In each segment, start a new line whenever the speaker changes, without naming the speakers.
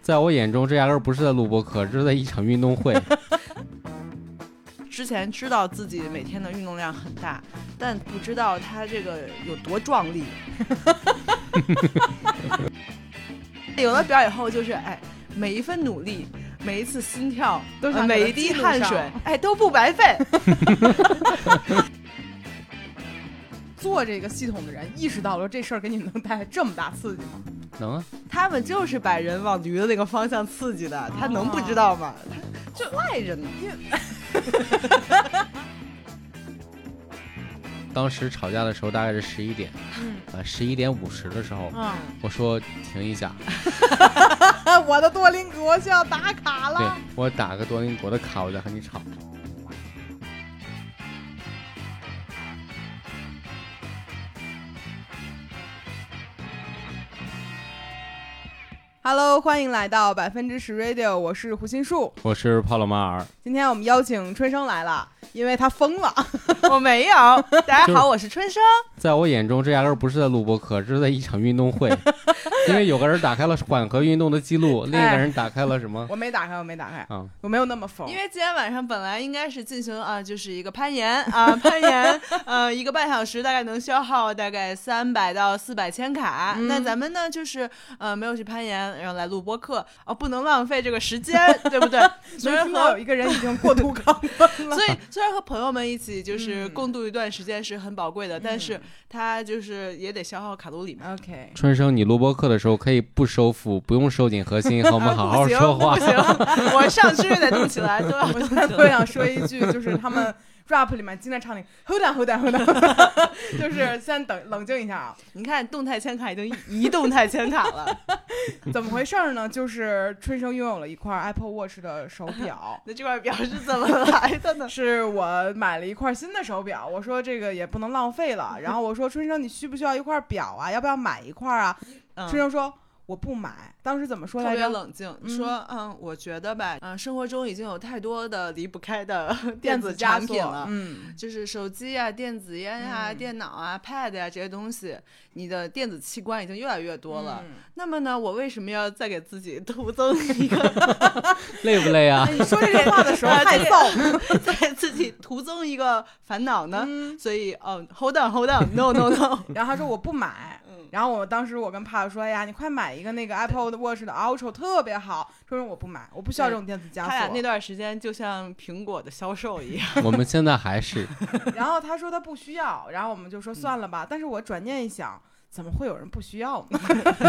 在我眼中，这压根儿不是在录播课，这是在一场运动 会。
之前知道自己每天的运动量很大，但不知道它这个有多壮丽。 有了表演后，就是哎，每一份努力，每一次心跳，
都
呃
想
每一滴汗水，哎，都不白费。
做这个系统的人意识到了这事儿给你们能带来这么大刺激吗？
能啊，
他们就是把人往驴的那个方向刺激的，他能不知道吗？他就坏着呢。
当时吵架的时候大概是十一点，
嗯
啊，十一点五十的时候，
嗯，
我说停一下，
我的多林格需要打卡
对
了。
我打个多邻国的卡，我再和你吵。
Hello，欢迎来到百分之十 Radio，我是胡心树。
我是帕洛马尔，
今天我们邀请春生来了，因为他疯了。
我没有。大家好，我是春生。
在我眼中，这压根儿不是在录播课，这是在一场运动 会。因为有个人打开了缓和运动的记录，另
哎
一个人打开了什么
我没打开，我没打开，
啊？
我没有那么疯。
因为今天晚上本来应该是进行啊，就是一个攀岩啊，攀岩，呃，一个半小时大概能消耗大概三百到四百千卡。
嗯
那咱们呢，就是呃没有去攀岩，然后来录播课哦，不能浪费这个时间，对不 对？所
所
以
以听到有
和
一个人已经过度亢奋 了。
所以虽然和朋友们一起就是
嗯
共度一段时间是很宝贵的，但是它就是也得消耗卡路里嘛。
OK，
春生，你录播课的时候可以不收腹，不用收紧核心，和我 们好好说话
啊不。行，不行我上肢得动起来，都要动起来。
我想说一 句，就是他们 rap 里面经常唱那个 hold on hold on hold on，就是 先等冷静一下啊。
你看，动态签卡已经移动态签卡了，。
怎么回事儿呢？就是春生拥有了一块 Apple Watch 的手表
那这块表是怎么来的呢？
是我买了一块新的手表，我说这个也不能浪费 了。然后我说春生，你需不需要一块表啊？要不要买一块啊？
嗯
春生说我不买。当时怎么说
特
来
别
着？
冷静，
嗯
说嗯，我觉得吧，嗯，生活中已经有太多的离不开的 电
电
子
子
产
产
品
品
了。
嗯，
就是手机啊、电子烟啊、
嗯
电脑啊、Pad 啊这些东西，你的电子器官已经越来越多了。那么呢，我为什么要再给自己徒增一 个，
累不累 啊？
嗯你说这句话的时候害臊。
再自己徒增一个烦恼呢？
嗯
所以，嗯，hold on，hold on，no no no，
然后他说我不买，
嗯
然后我当时我跟帕帕说，哎呀，你快买一个那个 Apple Watch 的 Ultra 特别好。春生我不买，我不需要这种电子
他
枷
俩
锁。
那段时间就像苹果的销售一样。
我们现在还是
然后他说他不需要，然后我们
嗯
就说算了吧。但是我转念一想，怎么会有人不需要呢？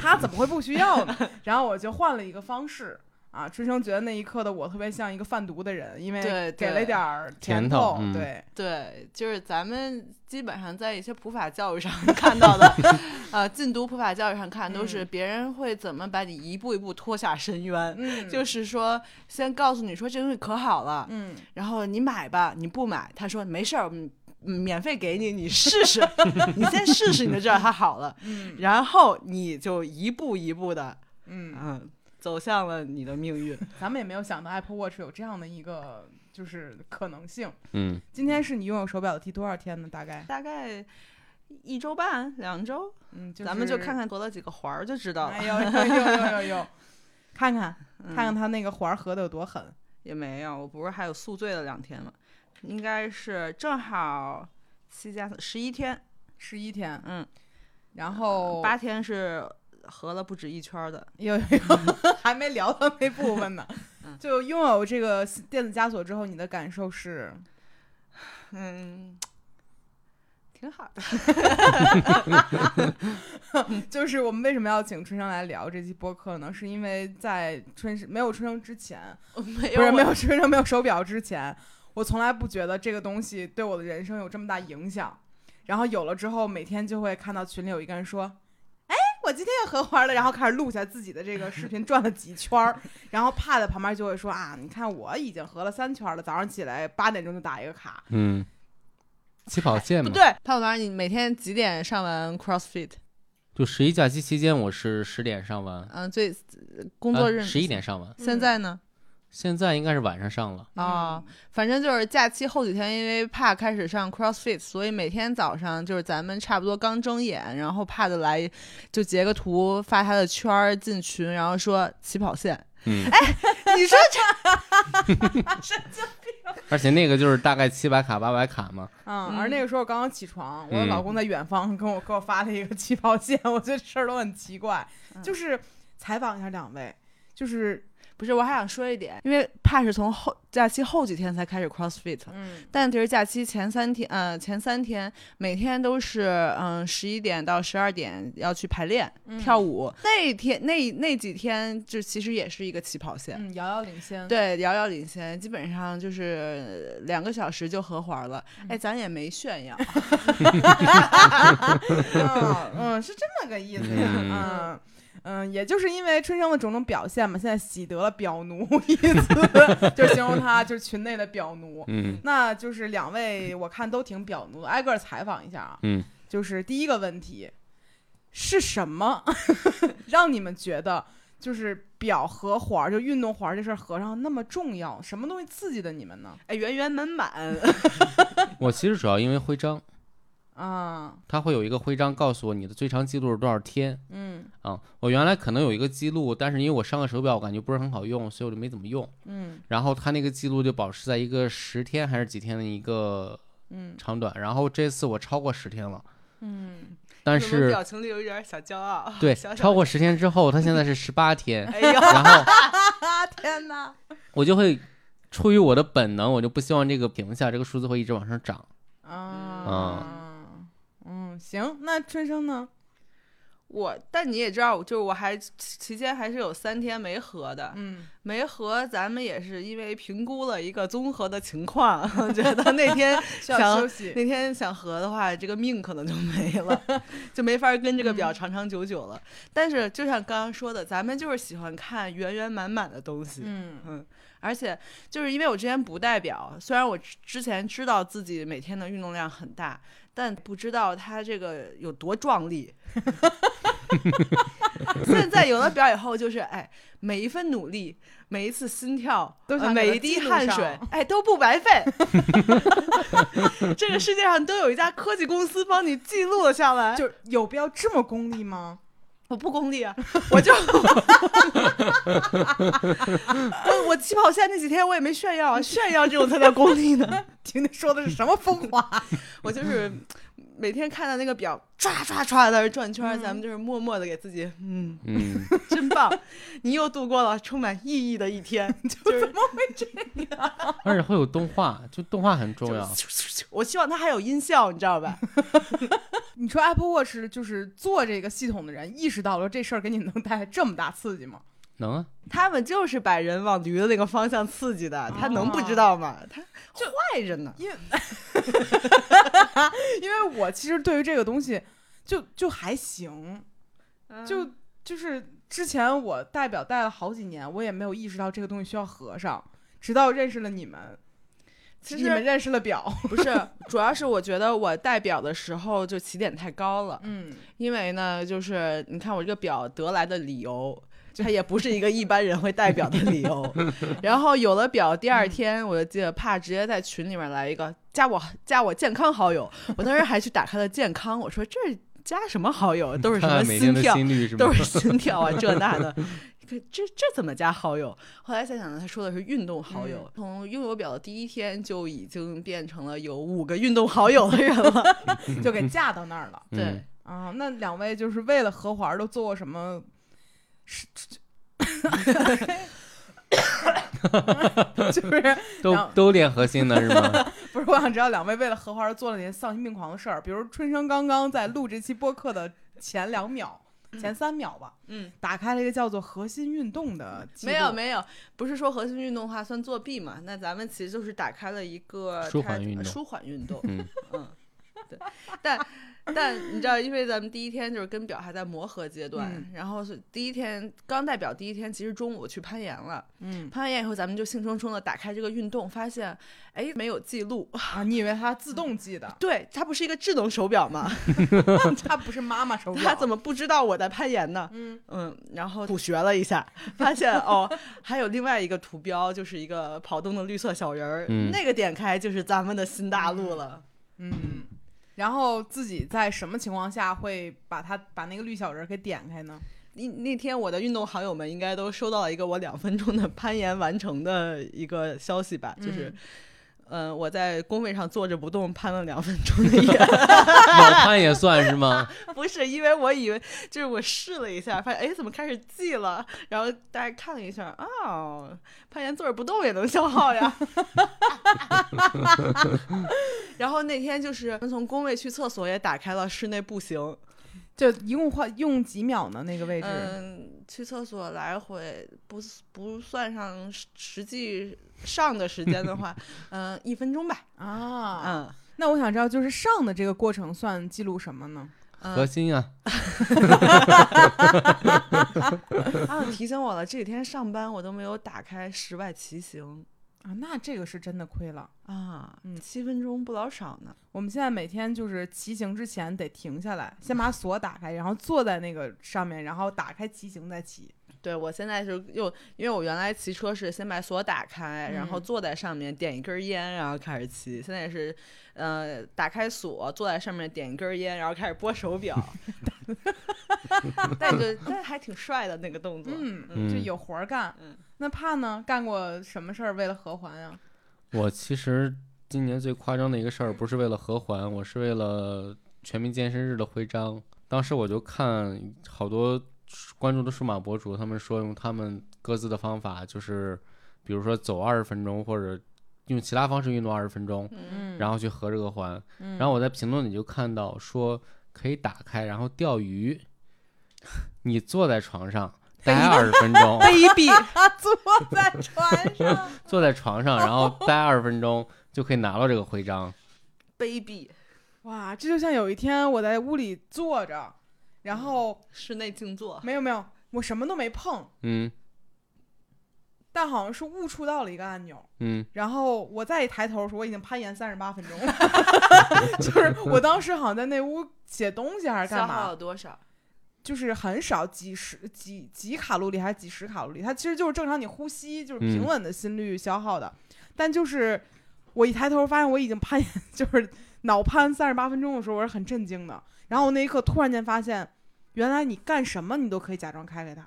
他怎么会不需要呢？然后我就换了一个方式啊。春生觉得那一刻的我特别像一个贩毒的人，因
对
为
对
给了点儿
甜头
头。
嗯
对，
对，就是咱们基本上在一些普法教育上 看到的，呃，禁毒普法教育上看，都是
嗯
别人会怎么把你一步一步拖下深渊。
嗯，
就是说，先告诉你说这东西可好了，
嗯，
然后你买吧，你不买，他说没事儿，嗯免费给你，你试试，你先试试，你就知道它好了，
嗯
然后你就一步一步的，
嗯，
嗯，走向了你的命运。
咱们也没有想到 Apple Watch 有这样的一个就是可能性。
嗯，
今天是你拥有手表的第多少天呢？大概，
大概一周半、两周，
嗯，就
咱们就是看看多了几个环儿就知道了。
哎呦呦呦呦呦 呦，看看
嗯
看看他那个环儿合的有多狠。
也没有，我不是还有宿醉了两天吗？应该是正好七加十一天，
十一天，
嗯，
然后
八天是合了不止一圈儿的。
有有， 还没聊到那部分呢
嗯。
就拥有这个电子枷锁之后，你的感受是？
嗯，挺好的。嗯
就是我们为什么要请春生来聊这期播客呢？是因为在春生没有春生之前，
没
不是没
我
有春生没有手表之前，我从来不觉得这个东西对我的人生有这么大影响。然后有了之后，每天就会看到群里有一个人说：“哎，我今天又合欢了。”然后开始录下自己的这个视频，转了几圈儿。然后帕在旁边就会说：“啊，你看我已经合了三圈了，早上起来八点钟就打一个卡。
嗯，起跑线
不
嘛。
对，潘老师，你每天几点上完 CrossFit？
就十一假期期间，我是十点上完，啊
嗯，最工作日
呃十一、点上完。
现在呢？
现在应该是晚上上了，
啊、反正就是假期后几天，因为怕开始上 CrossFit，所以每天早上就是咱们差不多刚睁眼，然后怕的来就截个图发他的圈儿进群，然后说起跑线。
嗯，
你说这
而且那个就是大概七百卡、八百卡嘛，
嗯，
嗯
而那个时候刚刚起床，我的
嗯
老公在远方跟我给我发了一个起跑线，我觉得这事儿都很奇怪。
嗯
就是采访一下两位，就是
不是？我还想说一点，因为怕是从后假期后几天才开始 CrossFit，
嗯
但其实假期前三天，呃，前三天每天都是，嗯、十一点到十二点要去排练、跳
舞，
舞。那天那那几天就其实也是一个起跑线，
嗯，遥遥领先。，
对，遥遥领先，基本上就是两个小时就合环了。哎，咱也没炫耀，啊
嗯，嗯是这么个意思。
嗯
嗯嗯，也就是因为春生的种种表现嘛，现在喜得了“表奴”一词，就是形容他就是群内的表奴。
嗯
那就是两位，我看都挺表奴的，挨个儿采访一下啊。
嗯，
就是第一个问题，是什么 让你们觉得就是表和环儿，就运动环儿这事儿合上那么重要？什么东西刺激的你们呢？
哎，圆圆满满。
我其实主要因为徽章，
啊，
它会有一个徽章告诉我你的最长记录是多少天
嗯
啊。我原来可能有一个记录，但是因为我上个手表我感觉不是很好用，所以我就没怎么用。
嗯
然后它那个记录就保持在一个十天还是几天的一个
嗯
长短。然后这次我超过十天了，
嗯，
但
我们
是
表情里有一点小骄傲。
对
小小
超过十天之后，它现在是十八 天，
哎呦，
然后
天哪！
我就会出于我的本能，我就不希望这个停下，这个数字会一直往上涨。
啊，嗯，行，那春生呢？
我，但你也知道，就是我还期期间还是有三天没合的，
嗯
没合，咱们也是因为评估了一个综合的情况， 觉得那天
需要
想
休息。
那天想合的话，这个命可能就没 了，就没法跟这个
嗯
表长长久久了。但是就像刚刚说的，咱们就是喜欢看圆圆满满的东西。
嗯
而且就是因为我之前不戴表，虽然我之之前知道自己每天的运动量很大，但不知道它这个有多壮丽。 现在有了表以后，就是哎，每一份努力，每一次心跳，
都想
呃
给它
每一滴
记录
汗水
上，
哎，都不白费。 这个世界上都有一家科技公司帮你记录了下来。
嗯就是有必要这么功利吗？
我不功利啊，我就我我起跑线那几天我也没炫耀啊，炫耀这种才叫功利 呢。
听听说的是什么疯话？
我就是每天看到那个表唰唰唰在那转圈儿，咱们就是默默的给自己，嗯，
嗯，
真棒，你又度过了充满意义的一 天。就是
而且会有动画，就动画很重
啊
要。
我希望它还有音效，你知道吧？
你说 Apple Watch 就是做这个系统的人意识到了这事儿给你能带来这么大刺激吗？
能啊，
他们就是把人往驴的那个方向刺激的，他能不知道吗？他坏着呢。
因为我其实对于这个东西就就还行，
嗯
就就是之前我戴表戴了好几年，我也没有意识到这个东西需要合上，直到认识了你们，
其
你
实
们认识了表，
不是，主要是我觉得我戴表的时候就起点太高了，
嗯，
因为呢，就是你看我这个表得来的理由。它也不是一个一般人会戴表的理 由，然后有了表，第
嗯
二天我就记得怕直接在群里面来一个加我加我健康好友，我当时还去打开了健康，我说这加什么好友，都是什
看
么
看每天
心
的
跳，
心率是吧
都？是心跳 啊，这那的。可这这怎么加好友？后来想想，他说的是运动好
嗯
友。从拥有表的第一天就已经变成了有五个运动好友的人了。
就给架到那儿了。
嗯
对，
啊，那两位就是为了合环儿都做过什么？是， 就是
都都练核心呢是 吗？
不是，我想知道两位为了荷花而做了哪些丧心病狂的事儿，比如春生刚刚在录这期播客的前两秒、前三秒吧，
嗯，
打开了一个叫做“核心运动”的记录
没有没有，不是说核心运动的话算作弊嘛？那咱们其实就是打开了一个
舒
它
缓运动
舒缓运动。
嗯
嗯，但但你知道，因为咱们第一天就是跟表还在磨合阶段，
嗯
然后是第一天刚带表第一天，其实中午我去攀岩了，
嗯
攀完岩以后，咱们就兴冲冲的打开这个运动，发现哎没有记录，
啊，你以为它自动记的？
对，它不是一个智能手表吗？
它不是妈妈手表，
它怎
么？
么不知道我在攀岩呢？
嗯
嗯，然后苦学了一下， 发现哦，还有另外一个图标，就是一个跑动的绿色小人儿，
嗯
那个点开就是咱们的新大陆了。
嗯。然后自己在什么情况下会把它把那个绿小人给点开呢？
那那天我的运动好友们应该都收到了一个我两分钟的攀岩完成的一个消息吧，就是。嗯、我在工位上坐着不动，攀了两分钟的岩，
老潘也算是吗？
不是，因为我以为就是我试了一下，发现哎怎么开始记了，然后大家看了一下，哦，攀岩坐着不动也能消耗呀。 然后那天就是从工位去厕所也打开了室内步行，
就一共花用几秒呢？那个位置、
嗯，去厕所来回不不算上实实际上的时间的 话，嗯，一分钟吧，
啊，
嗯。
那我想知道，就是上的这个过程算记录什么呢？
核
嗯
心啊，
啊，提醒我了，这几天上班我都没有打开室外骑行。
啊，那这个是真的亏了。
啊，
嗯
七分钟不老少呢。
我们现在每天就是骑行之前得停下来，先把锁打开，然后坐在那个上面，然后打开骑行再骑。
对我现在是又，因为我原来骑车是先把锁打开，然后
嗯
坐在上面点一根烟，然后开始骑。现在是，呃，打开锁，坐在上面点一根烟，然后开始拨手 表。但就但还挺帅的那个动作。
嗯，
嗯
就有活儿干。
嗯
那怕呢？干过什么事儿为了合啊还呀、
我其实今年最夸张的一个事儿，不是为了合环，我是为了全民健身日的徽章。当时我就看好多关注的数码博主，他们说用他们各自的方法，就是比如说走二十分钟，或者用其他方式运动二十分钟，
嗯
嗯，
然后去合这个环。
嗯
然后我在评论里就看到说可以打开，然后钓鱼。你坐在床上待二十分钟，
，baby，
啊，坐在船上，
坐在床上然后待二十分钟就可以拿到这个徽章。
baby，
哇，这就像有一天我在屋里坐着，然后
室内静坐。
没有没有，我什么都没碰，
嗯
但好像是误触到了一个按钮。
嗯，
然后我再一抬头的时候，我已经攀岩三十八分钟了，就是我当时好像在那屋写东西还是
消
干
耗
嘛
了，多少？
就是很少几十几几卡路里还是几十卡路里，它其实就是正常你呼吸就是
嗯
平稳的心率消耗的，但就是我一抬头发现我已经攀岩 就是脑攀三十八分钟的时候，我是很震惊的，然后我那一刻突然间发现，原来你干什么你都可以假装开开它，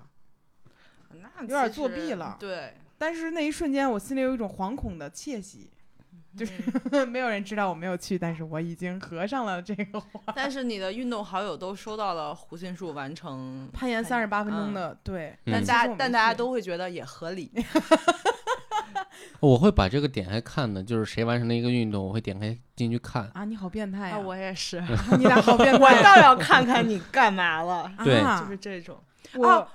那
有点
其
作
实
弊了
对，
但是那一瞬间我心里有一种惶恐的窃喜。就是
嗯
没有人知道我没有去，但是我已经合上了这个
但是你的运动好友都收到了胡心树完成
攀岩三十八分钟的，对，
嗯
但
其
大
实我
但
没
大家
去
都会觉得也合 理。
我会把这个点开看的，就是谁完成了一个运动，我会点开进去看。
啊，你好变态
啊，
啊！
我也是，
啊你俩好变
我
态
倒
啊，
要看看你干嘛了，
对
啊哦
就是这种。
我
啊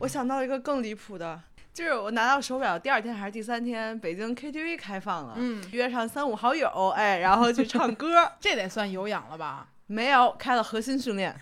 我想到一个更离谱的，就是我拿到手表第二天还是第三天，北京 KTV 开放了，
嗯，
约上三五好友，哎，然后去唱 歌，
这得算有氧了吧？
没有开了核心训练，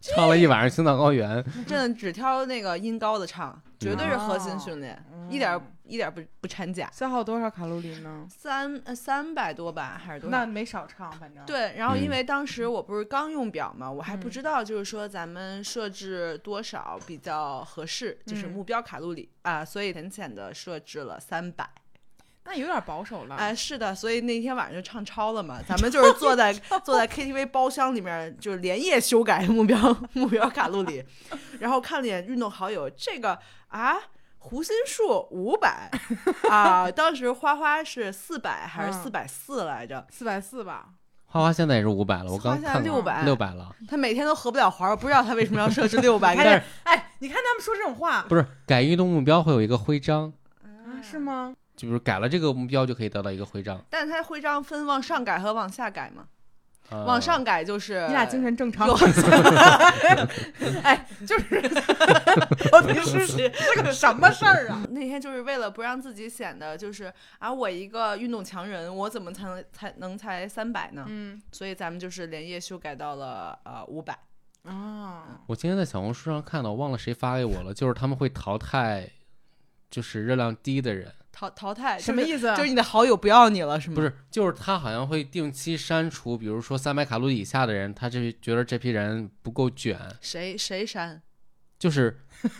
唱了一晚上《青藏高原》，
真的只挑那个音高的唱，绝对是核心训练，
哦
一点儿
嗯
一点儿不不掺假，
消耗多少卡路里呢？
三呃三百多吧还是多少？
那没少唱，反正，
对，然后
嗯
因为当时我不是刚用表嘛，我还不
嗯
知道，就是说咱们设置多少比较合适，就是
嗯
目标卡路里啊，所以浅浅的设置了三百。
那有点保守了。
哎，是的，所以那天晚上就唱超了嘛，咱们就是坐 在坐在 KTV 包厢里面，就是连夜修改目标目标卡路 里，然后看了眼运动好友，这个啊。胡心树五 百啊，当时花花是四百还是
嗯
四百四来着？
四百四吧，
花花现在也是五百了，我
花
刚
下
看
六
了
百，
六百了，
他每天都合不了环儿，我不知道他为什么要设置六百
你看
个。
这，哎，你看他们说这种话
不是改运动目标会有一个徽章，
啊，是？吗？
就比如改了这个目标就可以得到一个徽章。
但是他徽章分往上改和往下改嘛。
啊
往上改就是
你 俩精神正常
有。
哎，就是，
哦
我平时是是个什么事儿啊？
那天就是为了不让自己显得就是啊，我一个运动强人，我怎么才能才能才三百呢？
嗯
所以咱们就是连夜修改到了呃五百。
啊，
我今天在小红书上看到，忘了谁发给我了，就是他们会淘汰，就是热量低的人，
淘淘汰
什么
思？
意思啊？
就是你的好友不要你了是吗？
不，是，就是他好像会定期删除，比如说三百卡路里以下的人，他这觉得这批人不够卷，
谁谁删？
就是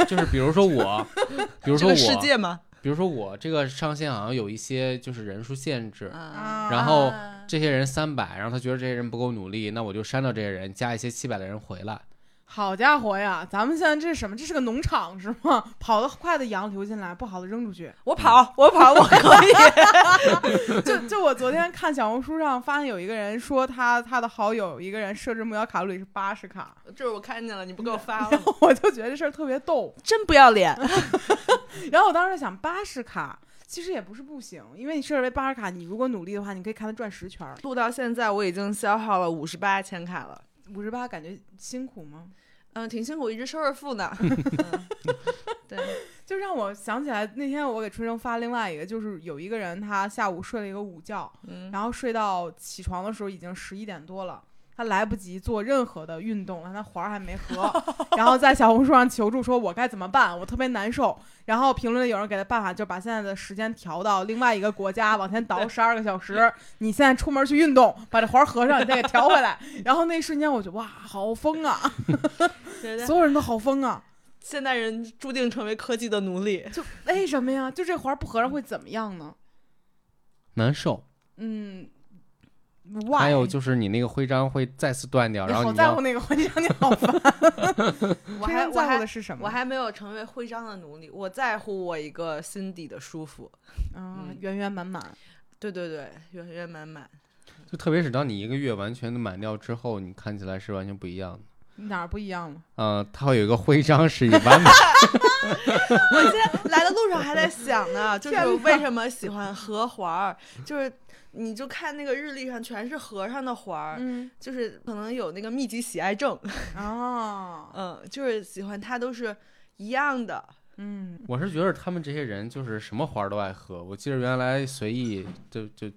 就是比如说我， 比如
这
说我，
个世界吗？
比如说我这个上限好像有一些就是人数限制，
啊，
然后
啊
这些人三百，然后他觉得这些人不够努力，那我就删掉这些人，加一些七百的人回来。
好家伙呀，咱们现在这是什么？这是个农场是吗？跑得快的羊流进来，不好的扔出去。
我跑，我跑，我可以。
就就我昨天看小红书上发现有一个人说他他的好友有一个人设置目标卡路里是八十卡，
就是我看见了，你不给我发了
然
吗？
后我就觉得这事儿特别逗。
真不要脸！
然后我当时想八十卡。其实也不是不行，因为你设置为八十卡，你如果努力的话，你可以看他转十圈儿。
录到现在，我已经消耗了五十八千卡了。
五十八感觉辛苦吗？
嗯，挺辛苦，一直收着负 呢。嗯对，
就让我想起来那天我给春生发另外一个，就是有一个人他下午睡了一个午觉，
嗯，
然后睡到起床的时候已经十一点多了，他来不及做任何的运动了，他环儿还 没合，然后在小红书上求助说我该怎么办，我特别难受。然后评论里有人给他办法，就把现在的时间调到另外一个国家，往前倒十二个小时。你现在出门去运动，把这环儿合上，你再给调回 来。然后那一瞬间我就哇，好疯啊！
对对
所有人都好疯啊！
现代人注定成为科技的奴隶。
就为什么呀？就这环儿不合上会怎么样呢？
难受，
嗯。
还有
why？
就是你那个徽章会再次断掉，
嗯你
然后
好
你
在乎
要
那个徽章，你好烦。
我
非
还 我
常在乎
还
的是什么？
我还没有成为徽章的奴隶，我在乎我一个心底的舒服。
啊
嗯，
圆圆满满。
对对对，圆圆满满。
就特别是当你一个月完全的满掉之后，你看起来是完全不一样的。
哪儿不一样了？
嗯、它会有一个徽章是以 完美
我今天来的路上还在想呢，就是
天哪
为什么喜欢合环儿，就是你就看那个日历上全是和尚的环儿，
嗯
就是可能有那个密集喜爱症，
哦，
嗯，就是喜欢它都是一样的，
嗯，
我是觉得他们这些人就是什么花儿都爱喝。我记得原来随意就就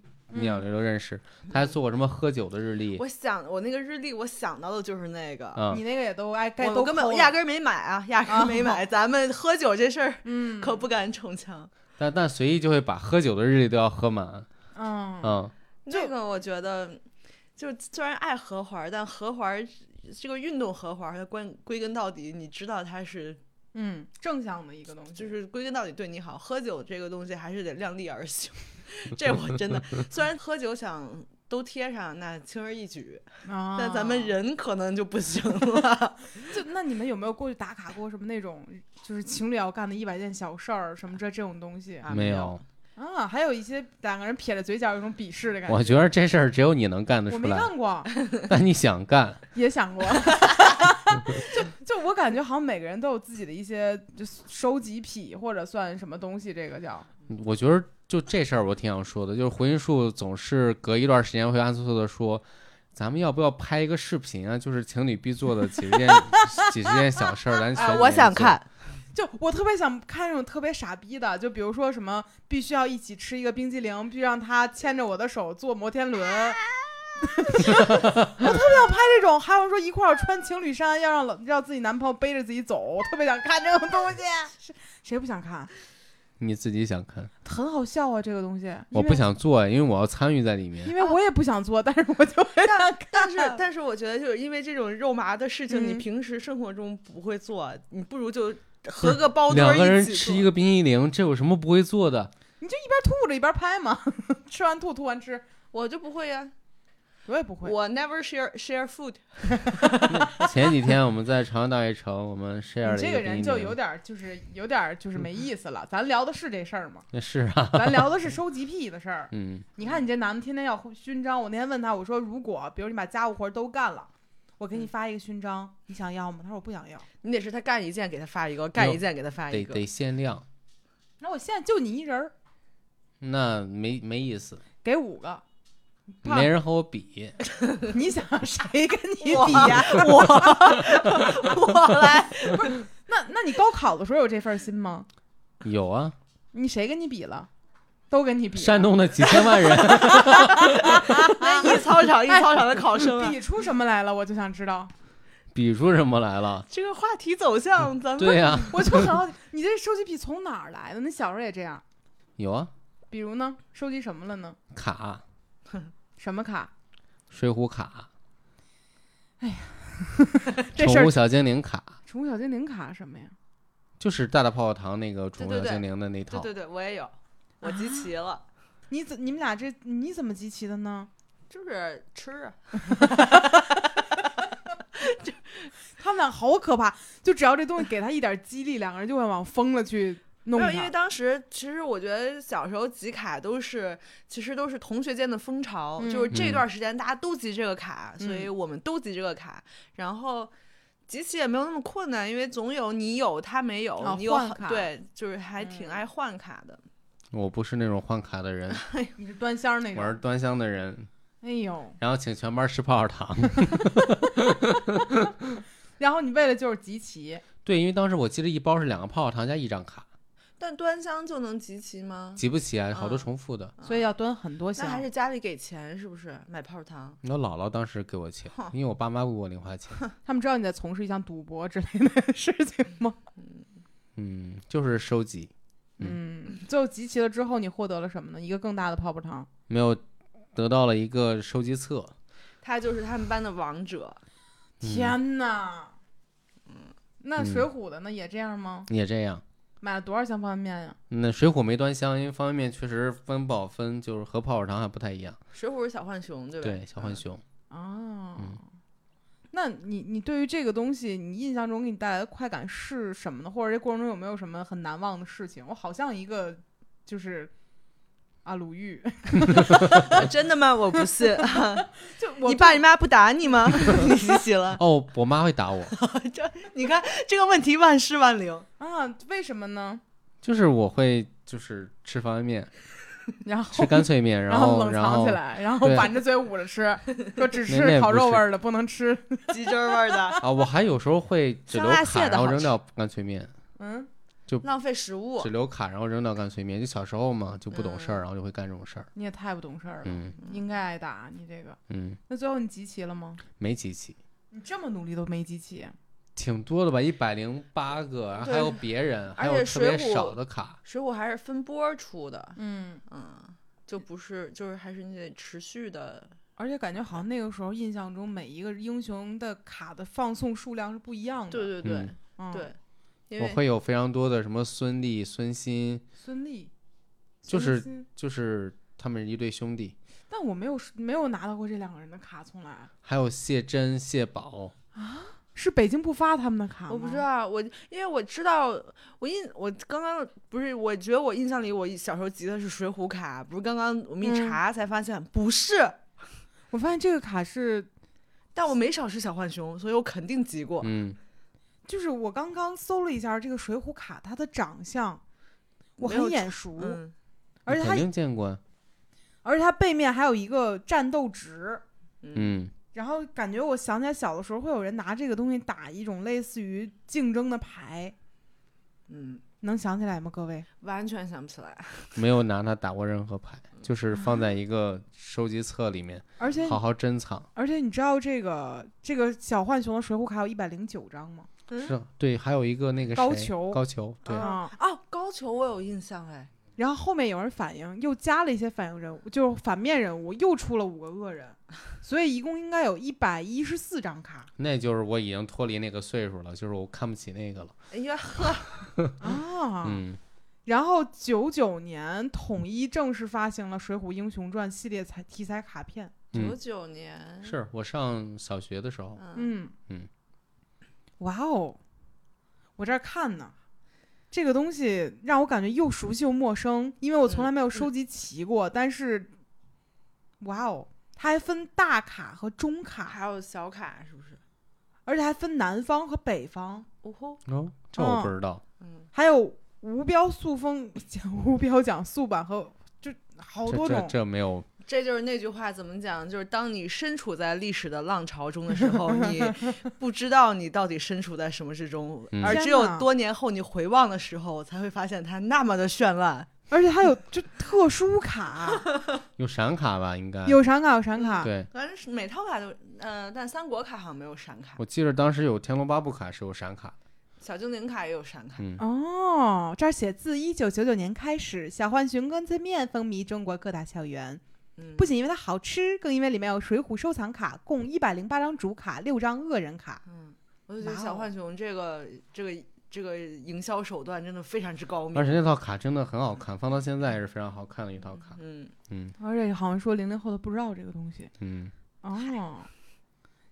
你
嗯
俩就都认识，他还做过什么喝酒的日历
我想我那个日历，我想到的就是那个，
啊
你。那个也都哎，该
我
都
根本
抠了
压根儿没买啊，压根儿没买。咱们喝酒这事儿
嗯
可不敢逞强。
但但随意就会把喝酒的日历都要喝满，
嗯
嗯，
这个我觉得，就虽然爱合环儿，但合环儿这个运动合环儿，它归归根到底，你知道它是
嗯正向的一个东西，
就是归根到底对你好。喝酒这个东西还是得量力而行， 这我真的虽然喝酒想。都贴上那轻而易举，
啊
但咱们人可能就不行 了。
就那你们有没有过去打卡过什么那种就是情侣要干的一百件小事儿什么这这种东西
啊
没
没有
有。
啊？还有一些两个人撇着嘴角有一种鄙视的感
我
觉。
觉得这事儿只有你能干得
我
出
没
来，
干过，
但你想干，
也想 过。就就我感觉好像每个人都有自己的一些就收集癖或者算什么东西，这个叫
嗯我觉得就这事儿，我挺想说的，就是胡因树总是隔一段时间会暗搓搓的说，咱们要不要拍一个视频啊？就是情侣必做的几十件、 几十件小事儿，咱全、
啊，我想看，，
就我特别想看那种特别傻逼的，就比如说什么必须要一起吃一个冰激凌，必须让他牵着我的手坐摩天轮。我特别想拍这种，还有说一块儿穿情侣衫，要让老让自己男朋友背着自己走，我特别想看这种东西。谁谁不想看？
你自己想看，
很好笑啊，这个东西。
我
因为
不，想做，因为我要参与在里面
因。为我也不想做，但是我就很想看。
但是，但是我觉得，就是因为这种肉麻的事情，你
嗯
平时生活中不会做，你不如就合个包堆
两
儿
个人
一起
吃
做。
一个冰激凌，这有什么不会做的？
你就一边吐着一边拍嘛， 吃完吐，吐完吃，
我就不会呀、
我也不会。
我 never share share food。
前几天我们在长安大悦城，我们 share 了
你
一
这个
冰
人
激
就有
凌，
点儿就是有点儿就是没意思了。咱聊的是这事儿吗？
那是 啊，。
咱聊的是收集癖的事儿
嗯，
你看你这男的天天要勋章，我那天问他，我说如果比如你把家务活儿都干了，我给你
嗯
发一个勋章，你想要吗？他说我不想要。
你得是他干一件给他发一个，干一件给他发
得
一个。
得限量，
那我现在就你一人儿，
那没没意思。
给五个，
没人和我比，
你想谁跟你
我
比呀、
我我 来，
那那你高考的时候有这份心吗？
有啊，
你谁跟你比了？都跟你
啊
比了，
山东的几千万 人，
那一操场一操场的考生啊，
比出什么来了？我就想知道，
比出什么来了？
这个话题走向咱
嗯
们
对呀、
我就很好奇，你这收集癖从哪儿来的？你小时候也这样？
有啊，
比如呢，收集什么了呢？
卡，
什么卡？
水浒卡，
哎
这事
宠
儿
物，小精灵卡，
宠物小精灵卡什么呀？
就是大大泡泡糖那个宠物
对
小
对对
精灵的那套，
对对对，我也有，我集齐了，
你怎你们俩这你怎么集齐的呢？
就是吃啊，
他们俩好可怕，就只要这东西给他一点激励，两个人就会往疯了去弄
没有，因为
他。
当时其实我觉得小时候集卡都是，其实都是同学间的风潮，
嗯
就是
嗯
这段时间大家都集这个卡，所以
嗯
我们都集这个卡，然后。集齐也没有那么困难，因为总有你有他没有，
哦
你有
换
好
卡
对，就是还挺
嗯
爱换卡的。
我不是那种换卡的人，
哎
你是端箱那
我是
种，
端香的人，
哎呦，
然后请全班吃泡泡糖。
然后你为了就是集齐，
对，因为当时我记得一包是两个泡泡糖加一张卡，
但端香就能集齐吗？
集不齐啊，好多
嗯
重复的。
所以要端很多
那还
箱
是。家里给钱是不是？买泡泡糖？
我姥姥当时给我钱
哼，
因为我爸妈不给我零花钱。
他们知道你在从事一项赌博之类的 事情吗？
嗯，就是收集，
嗯，最后集齐了之后，你获得了什么呢？一个更大的泡泡糖。
没有得到了一个收集册。
他就是他们班的王者。
天哪！那
嗯
水浒的呢？也这样吗？
也这样。
买了多少箱方便面呀？啊
那水浒没端香，因为方便面确实分不好分，就是和泡泡糖还不太一样。
水浒是小浣熊，对吧？
对，小浣
嗯。
熊，
哦，
嗯
那你你对于这个东西，你印象中给你带来的快感是什么呢？或者这过程中有没有什么很难忘的事情？我好像一个就是啊，鲁豫，
真的吗？我不信。
就 我
你爸你妈不打你 吗？你习习了。
哦，我妈会 打我，
这你看这个问题万试万灵。
啊，为什么呢？
就是我会就是吃方便面，
然后
吃干脆 面，然
后
后
冷
然
藏
后
起来，然后
对
板着嘴捂 着吃，说只
那那
吃
也
烤
不
肉
是
味儿的，不能吃。
鸡汁味儿的，
啊，我还有时候会只
香
留
辣蟹
卡，
的
然后
好
扔
吃
掉干脆面，
嗯，
浪费食物
只。留卡，然后扔掉干脆面。就小时候嘛，就不懂
嗯
事儿，然后就会干这种事儿。
你也太不懂事儿了，
嗯
应该挨打。你这个，
嗯，
那最后你集齐了吗？
没集齐，
你这么努力都没集齐，
挺多的吧，一百零八个，然后还有别人，还
而且
有特别
水浒
少的卡。
水浒还是分波出的，
嗯，
嗯，就不是，就是还是你得持续的。
而且感觉好像那个时候印象中每一个英雄的卡的放送数量是不一样的。
对对对、
嗯
嗯
对，因
我
为
会有非常多的什么孙俪、孙欣，
孙俪，
就
孙
是
欣
就是他们一对兄弟，
但我没有没有拿到过这两个人的卡，从来
还有谢珍、谢宝，
是北京不发他们的卡吗
我不知，道，我因为我知道，我印我刚刚不是，我觉得我印象里我小时候集的是水浒卡，不是刚刚我们一
嗯
查才发现、不 是，
我发现这个卡是
但我没少吃小浣熊，所以我肯定集过。
嗯，
就是我刚刚搜了一下这个水浒卡，它的长相我
没有
很眼熟，
嗯，
而且
你
它
肯定见过，
而且它背面还有一个战斗值，
嗯
嗯，
然后感觉我想起来小的时候会有人拿这个东西打一种类似于竞争的牌，
嗯，
能想起来吗？各位，
完全想不起来。
没有拿它打过任何牌，就是放在一个收集册里面，
而且你
好好珍藏。
而且你知道这个这个小浣熊的水浒卡有一百零九张吗？
嗯
是对，还有一个那个
高
谁
俅
高俅，对，
啊，
哦，高俅我有印象哎，
然后后面有人反映，又加了一些反映人物，就是反面人物，又出了五个恶 人，所以一共应该有一百一十四张卡
那就是我已经脱离那个岁数了，就是我看不起那个了。
哎呀，
啊。
嗯，
然后九九年统一正式发行了《水浒英雄传》系列彩题材卡片，
九
嗯
九年，
是我上小学的时候，
嗯，
嗯
嗯，
哇哦，我这儿看呢。这个东西让我感觉又熟悉又陌生，因为我从来没有收集齐过。但是，哇哦，它还分大卡和中卡，
还有小卡是不是？
而且还分南方和北方，
哦吼，
哦，这我不
哦
知道。
嗯，
还有 哦无标塑封、无标奖塑版和就好
这
多
这
种。
这没有
这就是那句话怎么讲？就是当你身处在历史的浪潮中的时候，你不知道你到底身处在什么之中，
嗯
而
天
只有
哪
多年后你回望的时候，才会发现它那么的绚烂。
而且它有就特殊 卡，
有闪卡吧？应该
有闪卡有闪卡，
对，
反正是每套卡都，呃，但三国卡好像没有闪卡，
我记得当时有《天龙八部》卡是有闪卡的，
小精灵卡也有闪卡。
嗯，
哦，这儿写自一九九九年开始，小浣熊干脆面风靡中国各大校园。
嗯，
不仅因为它好吃，更因为里面有《水浒收藏卡》，共一百零八张主卡，六张恶人卡。
嗯，我就觉得
哇哦
小浣熊这个这个这个营销手段真的非常之高明
而。且那套卡真的很好看，放到现在也是非常好看的一套卡，
嗯，
嗯
而且好像说零零后的不知道这个东西
嗯，
哦。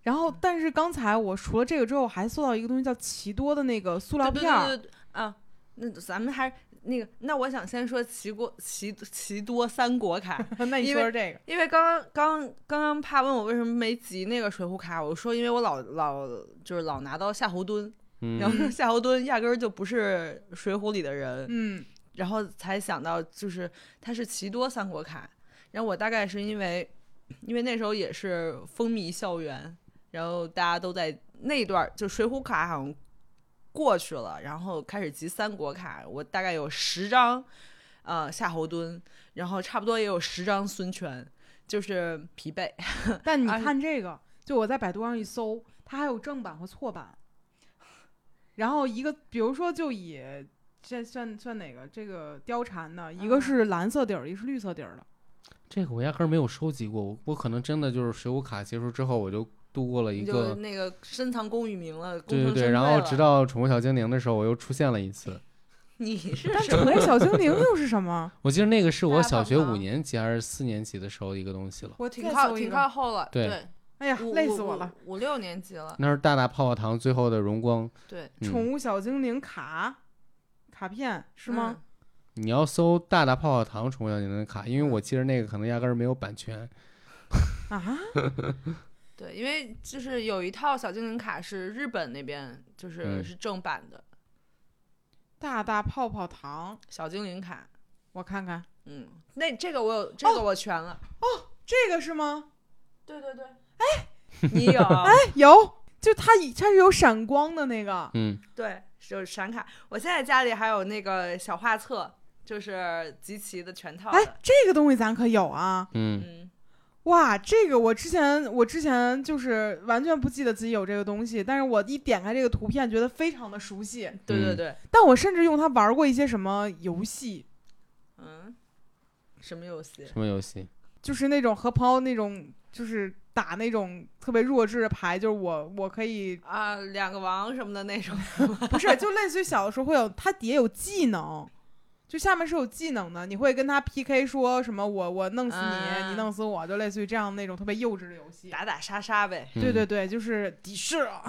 然后，但是刚才我除了这个之后，还搜到一个东西叫奇多的那个塑料
对
片儿。
对对对啊，那咱们还是那个，那我想先说齐国齐齐多三国卡，
那你
因
说
为
说这个
因为刚刚刚刚刚怕问我为什么没集那个水浒卡，我说因为我老老就是老拿到夏侯惇，然
嗯，
后夏侯惇压根儿就不是水浒里的人，
嗯，
然后才想到就是它是奇多三国卡，然后我大概是因为因为那时候也是风靡校园，然后大家都在那一段儿就水浒卡好像过去了，然后开始集三国卡，我大概有十张，呃夏侯惇，然后差不多也有十张孙权，就是疲惫。
但你
而
看这个，就我在百度上一搜，它还有正版和错版。然后一个，比如说就以这算算哪个这个貂蝉的，一个
嗯
是蓝色底儿，一个是绿色底儿的。
这个我压根儿没有收集过，我我可能真的就是水浒卡结束之后，我就度过了一
你就
个，
那个深藏功与名了，功
对对
成
对，
身
然
退
后
了
直到宠物小精灵的时候，我又出现了一次，
你是
但
什么
宠 爱小精灵又是什么？
我记得那个是我
大
小
棒
学五
棒
年级还是四年级的时候的一个东西了，
我
挺
再
靠
搜一
挺
个
靠后了，
对
对
哎呀，
五
累
五
死我了！
五五六年级了，
那是大大泡泡糖最后的荣光，
对，
嗯
宠物小精灵卡卡片是吗？
你要搜大大泡泡糖宠物小精灵的卡，因为我记得那个可能压根儿没有版权。
啊，
嗯？对，因为就是有一套小精灵卡是日本那边就是、
嗯
是正版的
大大泡泡糖，
小精灵卡，
我看看，
嗯，那这个我有，这个我全了，
这个是吗？
对对对，哎，你有哎，
哎，有，就它以它是有闪光的那个，
嗯，
对，就是闪卡，我现在家里还有那个小画册，就是集齐的全套的，
哎，这个东西咱可有啊。
嗯，
嗯
哇，这个我之前我之前就是完全不记得自己有这个东西，但是我一点开这个图片，觉得非常的熟悉。
对对
嗯
对，
但我甚至用它玩过一些什么游戏，
嗯，什么游戏？
什么游戏？
就是那种和朋友那种就是打那种特别弱智的牌，就是我我可以
啊，两个王什么的那种，
不是就类似于小的时候会有它底下有技能。就下面是有技能的，你会跟他 PK 说什么我我弄死你，
啊
你弄死我，就类似于这样那种特别幼稚的游戏。
打打杀杀呗。
对对
嗯，
对，就是敌视啊。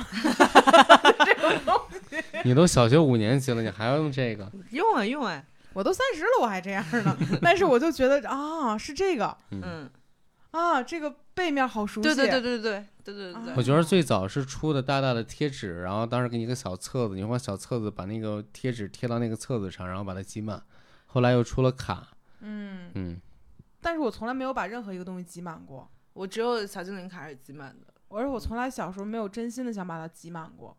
你都小学五年级了，你还要用这个？
用啊用啊，
我都三十了，我还这样呢。 但是我就觉得啊，是这个
嗯，
啊，这个背面好熟悉。
对对对对对对对 对
我
对，
觉得最早是出的大大的贴纸，然后当时给你一个小册子，你用小册子把那个贴纸贴到那个册子上，然后把它集满。后来又出了卡，
嗯。
嗯，
但是我从来没有把任何一个东西挤满过，
我只有小精灵卡是集满的，
而且我从来小时候没有真心的想把它挤满过，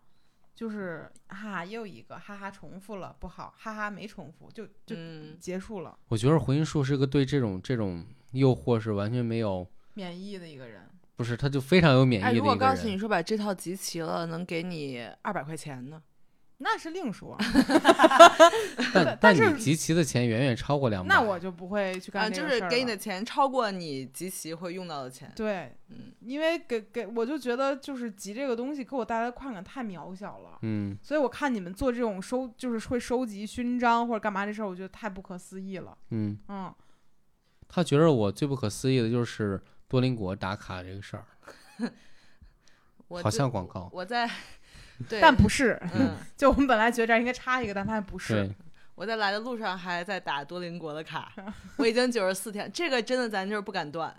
就是哈、啊、又一个哈哈重复了不好，哈哈没重复就就
嗯，
结束了，
我觉得回音术是个对这种这种诱惑是完全没有，
免疫的一个人。
不是，他就非常有免
哎，
疫
如
的一
果
个
告诉
人。
你说把这套集齐了，能给你二百块钱呢，
那是另说，
但
但
但
是
你集齐的钱远远超过两百。
那我就不会去
啊，
干这
就
个事儿
是
了、
给你的钱超过你集齐会用到的钱，
对，
嗯
因为给给我就觉得就是集这个东西给我带来的快感太渺小了。
嗯，
所以我看你们做这种收，就是会收集勋章或者干嘛这事儿，我觉得太不可思议了。
嗯，
嗯，
他觉得我最不可思议的就是多邻国打卡这个事儿，
我
好
就
像广告。
我 在，对，
但不是，
嗯，
就我们本来觉得这儿应该插一个，但发现不是。
对，
我在来的路上还在打多邻国的卡，我已经九十四天，这个真的咱就是不敢断，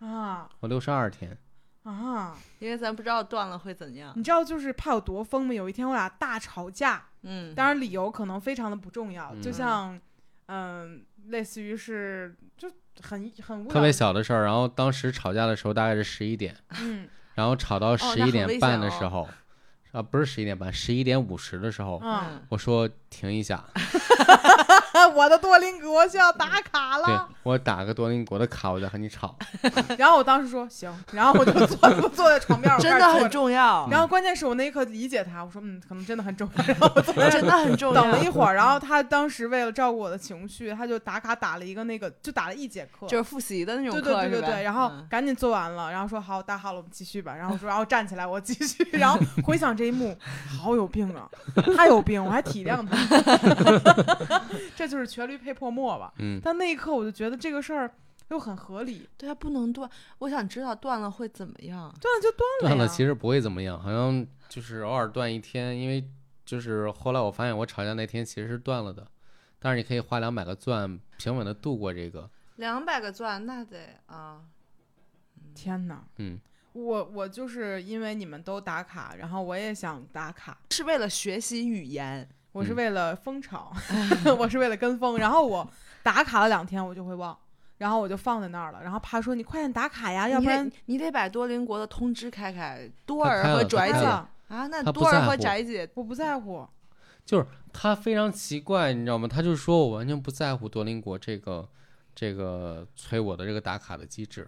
啊
我六十二天，
啊！
因为咱不知道断了会怎样，
你知道就是怕有多疯吗？有一天我俩大吵架，
嗯，
当然理由可能非常的不重要，
嗯
就像嗯，类似于是就很很无
特别
聊
小的事儿。然后当时吵架的时候大概是十一点，
嗯
然后吵到十
那
一
很
点
危
半
险
的
哦
时候，啊，不是十一点半，十一点五十的时候，
嗯，
我说停一下，
我的多邻国需要打卡
对
了。
我打个多邻国的卡，我再和你吵。
然后我当时说行，然后我就坐 我坐在床边儿，我开
真
始
的
坐
很
着
重
嗯
要，
然后关键是我那一刻理解他，我说嗯，可能真的很重要。然后我坐在
真的很 重要。
等了一会儿，然后他当时为了照顾我的情绪，他就打卡打了一个那个，就打了一节课，
就是复习的那种
对
课，
对对对
是吧
对，然后
嗯
赶紧做完了，然后说好打好了，我们继续吧。然后说，然后站起来，我继续。然后回想这一幕，好有病啊，他有病，我还体谅他， 这就是瘸驴配破磨吧。
嗯，
但那一刻我就觉得这个事儿又很合理，
对啊，不能断。我想知道断了会怎么样？
断了就断了
断
呀。
了其实不会怎么样，好像就是偶尔断一天，因为就是后来我发现我吵架那天其实是断了的，但是你可以花两百个钻平稳的度过这个。
两百个钻，那得啊，
天哪，
嗯，
我我就是因为你们都打卡，然后我也想打卡，
是为了学习语言。
我是
嗯
为了 风潮，我是为了跟风，然后我打卡了两天，我就会忘，然后我就放在那儿了。然后怕说你快点打卡呀，啊要
你
不
得
然
你得把多邻国的通知开开，多
他
尔
开
和
了他
拽
开
姐
了
啊，那
他不
多尔
在
和
乎
拽姐
我不在乎。
他非常奇怪，你知道吗？他就说我完全不在乎多邻国这个这个催我的这个打卡的机制，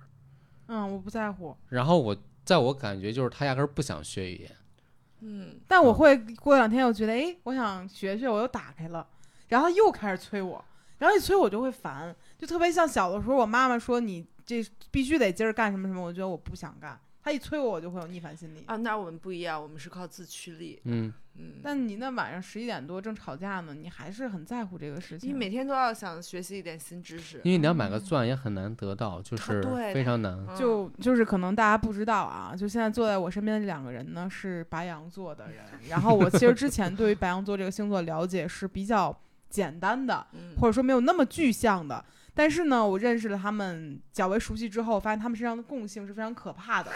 嗯，我不在乎，
然后我在我感觉就是他压根儿不想学语言。
嗯，
但我会过两天又觉得，哎，我想学学，我又打开了，然后又开始催我，然后一催我就会烦，就特别像小的时候，我妈妈说你这必须得今儿干什么什么，我觉得我不想干，她一催我，我就会有逆反心理。
啊，那我们不一样，我们是靠自驱力，
嗯，
嗯，
但你那晚上十一点多正吵架呢，你还是很在乎这个事
你
情。
每天都要想学习一点新知识，
因为两百个钻也很难得到，就
他
是
对
非
他
常难。
嗯
就就是可能大家不知道啊，就现在坐在我身边的两个人呢是白羊座的人，然后我其实之前对于白羊座这个星座了解是比较简单的，
嗯
或者说没有那么具象的。但是呢，我认识了他们较为熟悉之后，发现他们身上的共性是非常可怕的。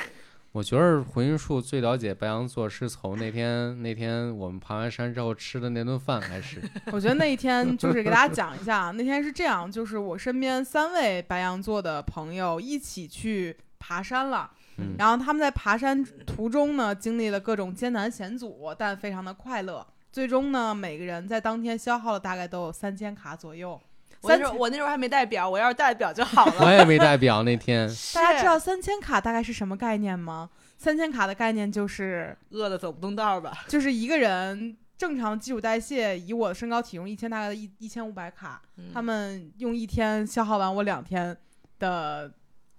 我觉得回音树最了解白羊座是从那天那天我们爬完山之后吃的那顿饭开始。
我觉得那一天就是给大家讲一下啊，那天是这样，就是我身边三位白羊座的朋友一起去爬山了。
嗯
然后他们在爬山途中呢，经历了各种艰难险阻，但非常的快乐。最终呢，每个人在当天消耗了大概都有三千卡左右。
我那
三
时
千
候，我那时候还没带表，我要是带表就好了。
我也没带表那天，
大家知道三千卡大概是什么概念吗？三千卡的概念就是
饿的走不动道儿吧？
就是一个人正常基础代谢，以我的身高体重一千大概一一千五百卡，
嗯
嗯
他们用一天消耗完我两天的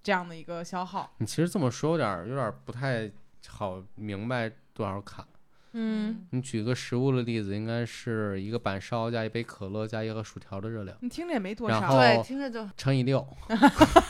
这样的一个消耗。
你其实这么说有点儿有点儿不太好明白多少卡。
嗯，
你举个实物的例子，应该是一个板烧加一杯可乐加一个薯条的热量
你听着也没多
然
少，
后
对，听着就
乘以六。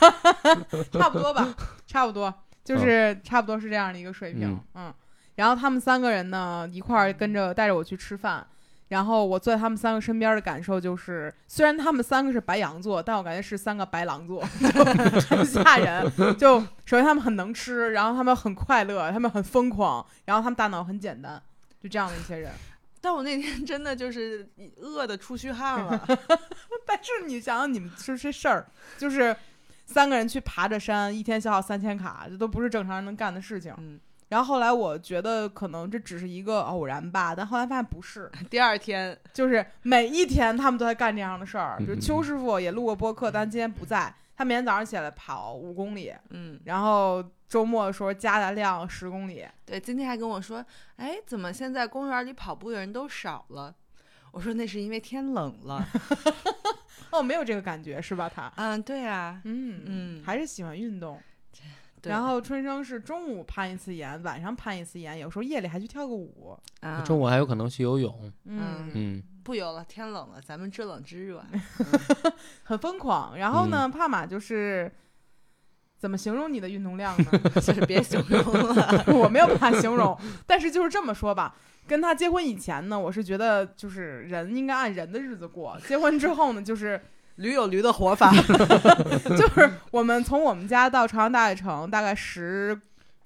差不多吧，差不多，就是差不多是这样的一个水平，嗯。然后他们三个人呢，一块儿跟着带着我去吃饭，然后我坐在他们三个身边的感受就是，虽然他们三个是白羊座，但我感觉是三个白狼 座，就很吓人。就首先他们很能吃，然后他们很快乐，他们很疯狂，然后他们大脑很简单，就这样的一些人。
但我那天真的就是饿的出虚汗了，
但是你想想，你们是这事儿，就是三个人去爬着山，一天消耗三千卡，这都不是正常人能干的事情。
嗯
然后后来我觉得可能这只是一个偶然吧，但后来发现不是，
第二天
就是每一天他们都在干这样的事儿。比如
嗯嗯
邱师傅也录过播客，但今天不在。他每天早上起来跑五公里，
嗯，
然后周末的时候加大量十公里。
对，今天还跟我说，哎，怎么现在公园里跑步的人都少了？我说那是因为天冷 了。
哦，没有这个感觉是吧？他，
嗯，对啊，
嗯
嗯
还是喜欢运动。
对
然后春生是中午攀一次岩，晚上攀一次岩，有时候夜里还去跳个舞。
啊，
中午还有可能去游泳。
嗯
嗯，
不游了，天冷了，咱们知冷知热。啊
很疯狂。然后
嗯
呢，帕玛就是怎么形容你的运动量呢？
就是别形容了。
我没有办法形容，但是就是这么说吧。跟他结婚以前呢，我是觉得就是人应该按人的日子过。结婚之后呢，就是
驴有驴的 活法，
就是我们从我们家到朝阳大悦城大概十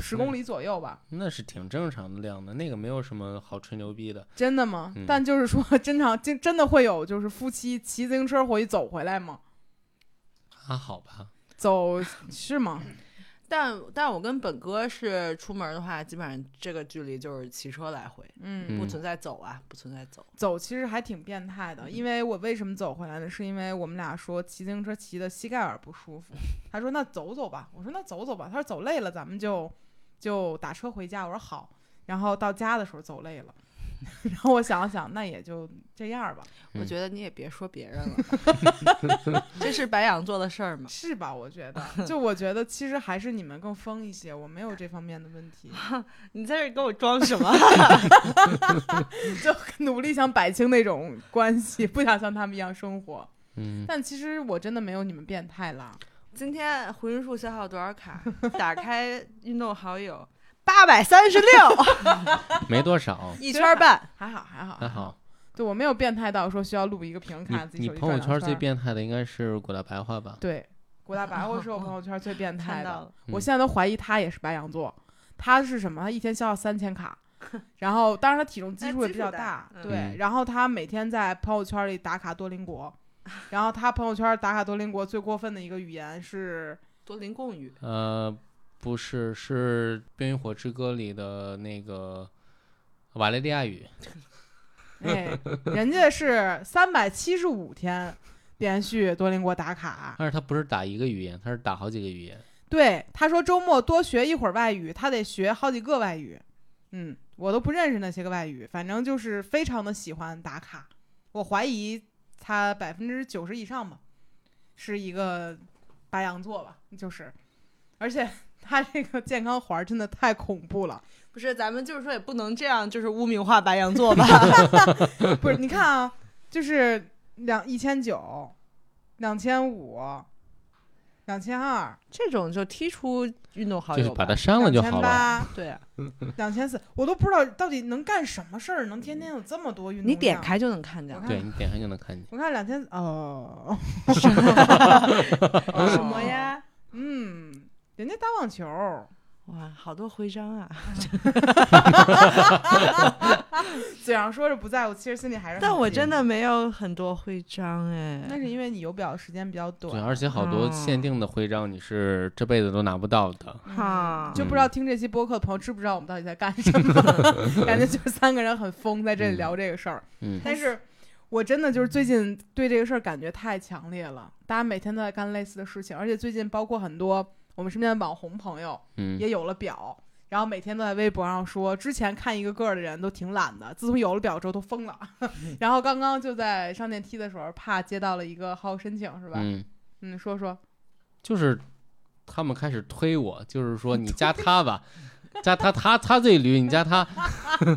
十公里左右吧。
那是挺正常的量的，那个没有什么好吹牛逼的。
真的吗？
嗯
但就是说，真常真真的会有就是夫妻骑自行车回去走回来吗？
还、好吧，
走是吗？嗯
但但我跟本哥是出门的话，基本上这个距离就是骑车来回，
嗯，
嗯
不存在走啊，不存在走。
走其实还挺变态的，因为我为什么走回来呢？是因为我们俩说骑自行车骑的膝盖有点不舒服，他说那走走吧，我说那走走吧，他说走累了咱们就就打车回家，我说好，然后到家的时候走累了，然后我想了想，那也就这样吧，
嗯
我觉得你也别说别人了， 这是白羊座的事儿嘛。
是吧？我觉得，就我觉得其实还是你们更疯一些，我没有这方面的问题，
你在这儿给我装什么？
就努力想摆清那种关系，不想像他们一样生活。
嗯，
但其实我真的没有你们变态啦，
今天回音术消耗多少 卡？打开运动好友，八百三十六，
没多少，
一圈儿半。
还好还 好
还。好。
对我没有变态到说需要录一个评
你
看自己
你
手机
朋友
转两
圈最
儿
变态的应该是古大白话吧？
对，郭大白 我是我朋友圈最变态
看
的
到，了，
嗯
我现在都怀疑他也是白羊座。他是什么？他一天消耗三 千卡，然后当然他体重基
哎
数也
基
比
数
较
大
大，
嗯
对。
嗯
然后他每天在朋友圈里打卡多 邻国，然后他朋友圈打卡多邻国最过分的一个语 言是
多邻共语。
呃，不是，是《冰与火之歌》里的那个瓦雷利亚语。
哎，人家是三百七十五天连续多邻国打卡。
但是他不是打一个语言，他是打好几个语言。
对，他说周末多学一会儿外语，他得学好几个外语。嗯，我都不认识那些个外语，反正就是非常的喜欢打卡。我怀疑他百分之九十以上吧，是一个白羊座吧，就是，而且 他这个健康环儿真的太恐怖了。
不是，咱们就是说也不能这样，就是污名化白羊座吧？
不是，你看啊，就是两一千九，两千五，两千二，
这种就踢出运动好
就是
友
把
吧。
它删了
两
就
千
好了。
八，
对啊，
两千四，我都不知道到底能干什么事儿，能天天有这么多运动。
你点，开就能看见
我。看
对你点开就能看见。
我看两千 哦，
什么？呀？
嗯，人家打网球，
哇，好多徽章啊！
嘴上说着不在乎，其实心里还是。
但我真的没有很多徽章
那
哎。
是因为你游表时间比较
对，
短，
而且好
嗯
多限定的徽章你是这辈子都拿不到的。
哈
就不知道听这期播客的朋友知不知道我们到底在干什 么，感觉就是三个人很疯，在这里聊这个事儿。
嗯，
但是我真的就是最近对这个事儿感觉太强烈了，大家每天都在干类似的事情，而且最近包括很多我们身边的网红朋友，
嗯，
也有了表，然后每天都在微博上说，之前看一个个儿的人都挺懒的，自从有了表之后都 疯了。然后刚刚就在上电梯的时候，怕接到了一个号申请，是吧？
嗯，
嗯，说说，
就是他们开始推我，就是 说你加他吧，加他他他最驴，你加他。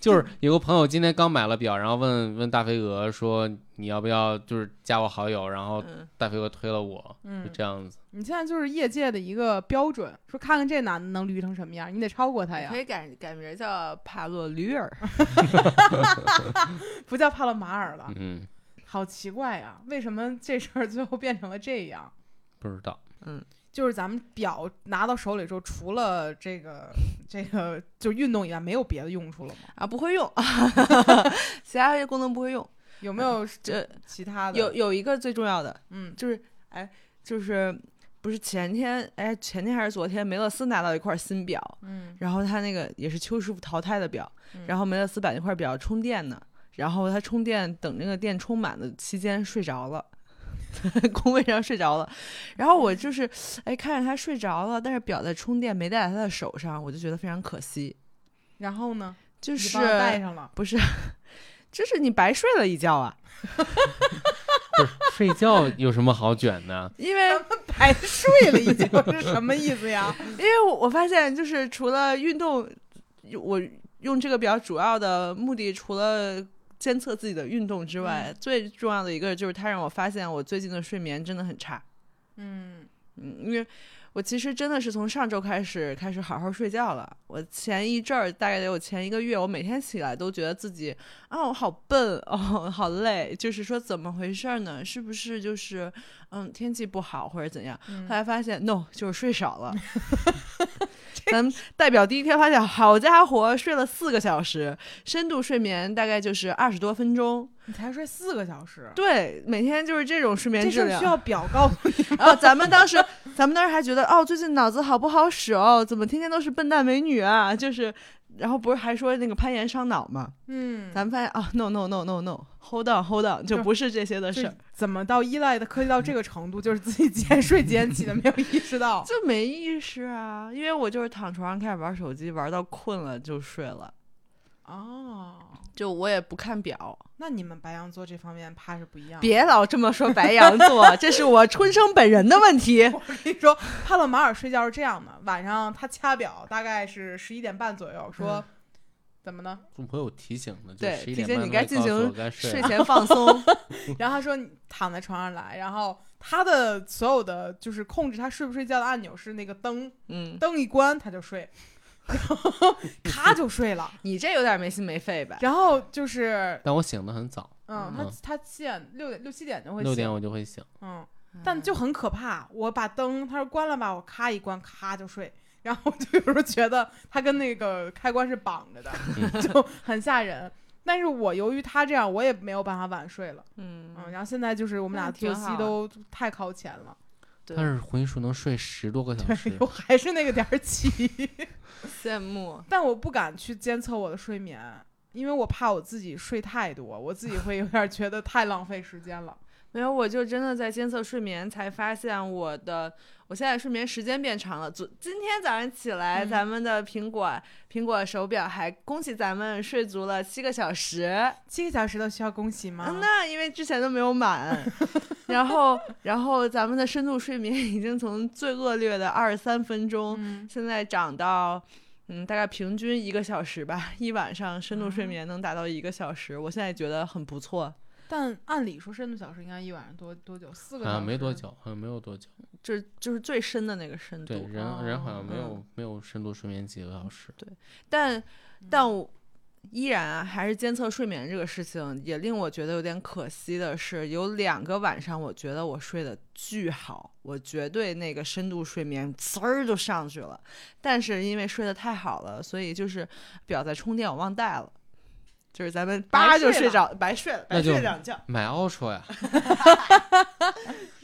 就是有个朋友今天刚买了表，然后问问大飞蛾说你要不要就是加我好友，然后
嗯，
大飞蛾推了我，就
嗯，
这样子。
你现在就是业界的一个标准，说看看这男的能驴成什么样，你得超过他呀
可，以改改名儿叫帕洛驴儿。
不叫帕洛马尔了，
嗯，
好奇怪呀，为什么这事儿最后变成了这样？
不知道。
就是咱们表拿到手里之后，除了这个这个就运动以外，没有别的用处了吗？
啊，不会用， 其他功能不会 用。
有没有
这
其他的？
有，有一个最重要的
嗯，
就是，哎，就是不是前天，哎，前天还是昨天，梅勒斯拿到一块新表，
嗯，
然后他那个也是邱师傅淘汰的表，
嗯
然后梅勒斯把那块表充电呢，然后他充电等那个电充满的期间睡着了。 工位上睡着了，然后我就是哎看着他睡着了，但是表在充电没戴在他的手上，我就觉得非常可惜。
然后呢？
就
就是带上了，
不是，就是你白睡了一觉啊，
不是睡觉有什么好卷的？
因为
白睡了一觉是什么意思呀？
因为我我发现就是除了运动，我用这个表主要的目的除了。监测自己的运动之外，最重要的一个就是它让我发现我最近的睡眠真的很差。
嗯，
嗯，因为我其实真的是从上周开始开始好好睡觉了。我前一阵儿大概得有前一个月，我每天起来都觉得自己啊，我好笨哦，好累，就是说怎么回事儿呢？是不是就是嗯
嗯
嗯天气不好或者怎样？后来发现 no，就是睡少了。 咱们代表第一天发现，好家伙，睡了四个小时，深度睡眠大概就是二十多分钟。
你才睡四个小时，
对，每天就是这种睡眠
这事
质
儿
量
需。要表 告诉你。
然后咱们当时， 咱们当时还觉得，哦，最近脑子好不好使哦？怎么天天都是笨蛋美女啊？就是，然后不是还说那个攀岩伤脑吗？
嗯
咱们发现啊、n o no no no no，hold on，hold on，就
就
不是这些的
就
事儿
是。呃怎么到依赖的科技到这个程度，就是自己 几点睡几点起的没有意识到。
就没意识啊，因为我就是躺床上开始玩手机，玩到困了就睡了，
哦，
就我也不看表。
那你们白羊座这方面怕是不一样。，
别老这么说白羊座，这是我春生本人的问 题。
我跟你说，帕洛马尔睡觉是这样的，晚上他掐表大概是十一点半左右，说、
嗯
怎么呢？
我有提醒的，就
对
11
提
点
醒
半
你
都
该
会
进
告诉
行
我该
睡
睡了。
前放 松，
然后他说你躺在床上来，然后他的所有的就是控制他睡不睡觉的按钮是那个灯，
嗯，
灯一关他就睡， 然后咔就睡了。
你这有点没心没肺呗。
然后就是，
但我醒的很早，
嗯，
嗯
他他七点六点六七点就会
六点
醒，
我就会醒。
嗯，但就很可怕。我把灯，他说关了吧，我咔一关，咔就睡。然后我就有时候觉得他跟那个开关是绑着的，就很吓人。但是我由于他这样，我也没有办法晚睡了。
嗯，
嗯，然后现在就是我们俩
那挺
作
好
息都太靠前了，
对
但是胡一树能睡十多个小时
我，还是那个点儿起。
羡慕。
但我不敢去监测我的睡眠，因为我怕我自己睡太多，我自己会有点儿觉得太浪费时间了。
没有，我就真的在监测睡眠，才发现我的我现在睡眠时间变长了。昨今天早上起来，
嗯
咱们的苹果苹果手表还恭喜咱们睡足了七个小时，
七个小时都需要恭喜吗？
嗯那因为之前都没有 满，然后然后咱们的深度睡眠已经从最恶劣的二十三分钟，
嗯，
现在涨到。嗯，大概平均一个小时吧，一晚上深度睡
哦
啊
眠能达到一个小时，我现在觉得很不错。
但按理说深度小时应该一晚上多多久？四
好
个小时？
像啊没多。久，好像没有多久。
就是就是最深的那个深度。
对，人人好像
啊
没有
嗯
没有深度睡眠几个小时。
嗯
但但我依然啊，还是监测睡眠这个事情，也令我觉得有点可惜的是，有两个晚上，我觉得我睡得巨好，我绝对那个深度睡眠呲儿就上去了。但是因为睡得太好了，所以就是表在充电，我忘带了。就是咱们
白
叭就
睡
睡
了
着，白睡了，白
那就
睡了两觉。
买 Ultra 呀，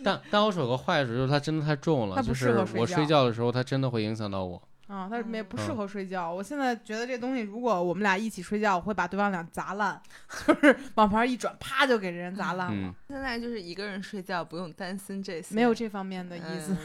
但但 Ultra 有个坏处就是它真的太重
它
了，
不
就
适
是
合睡
我
觉
睡觉的时候它真的会影响到我。
啊、但是没不
嗯
适合睡觉。我现在觉得这东西，如果我们俩一起睡觉，我会把对方俩砸烂， 就是往旁边一转，啪就给人砸烂了，
嗯，
现在就是一个人睡觉，不用担心这些，
没有这方面的意思。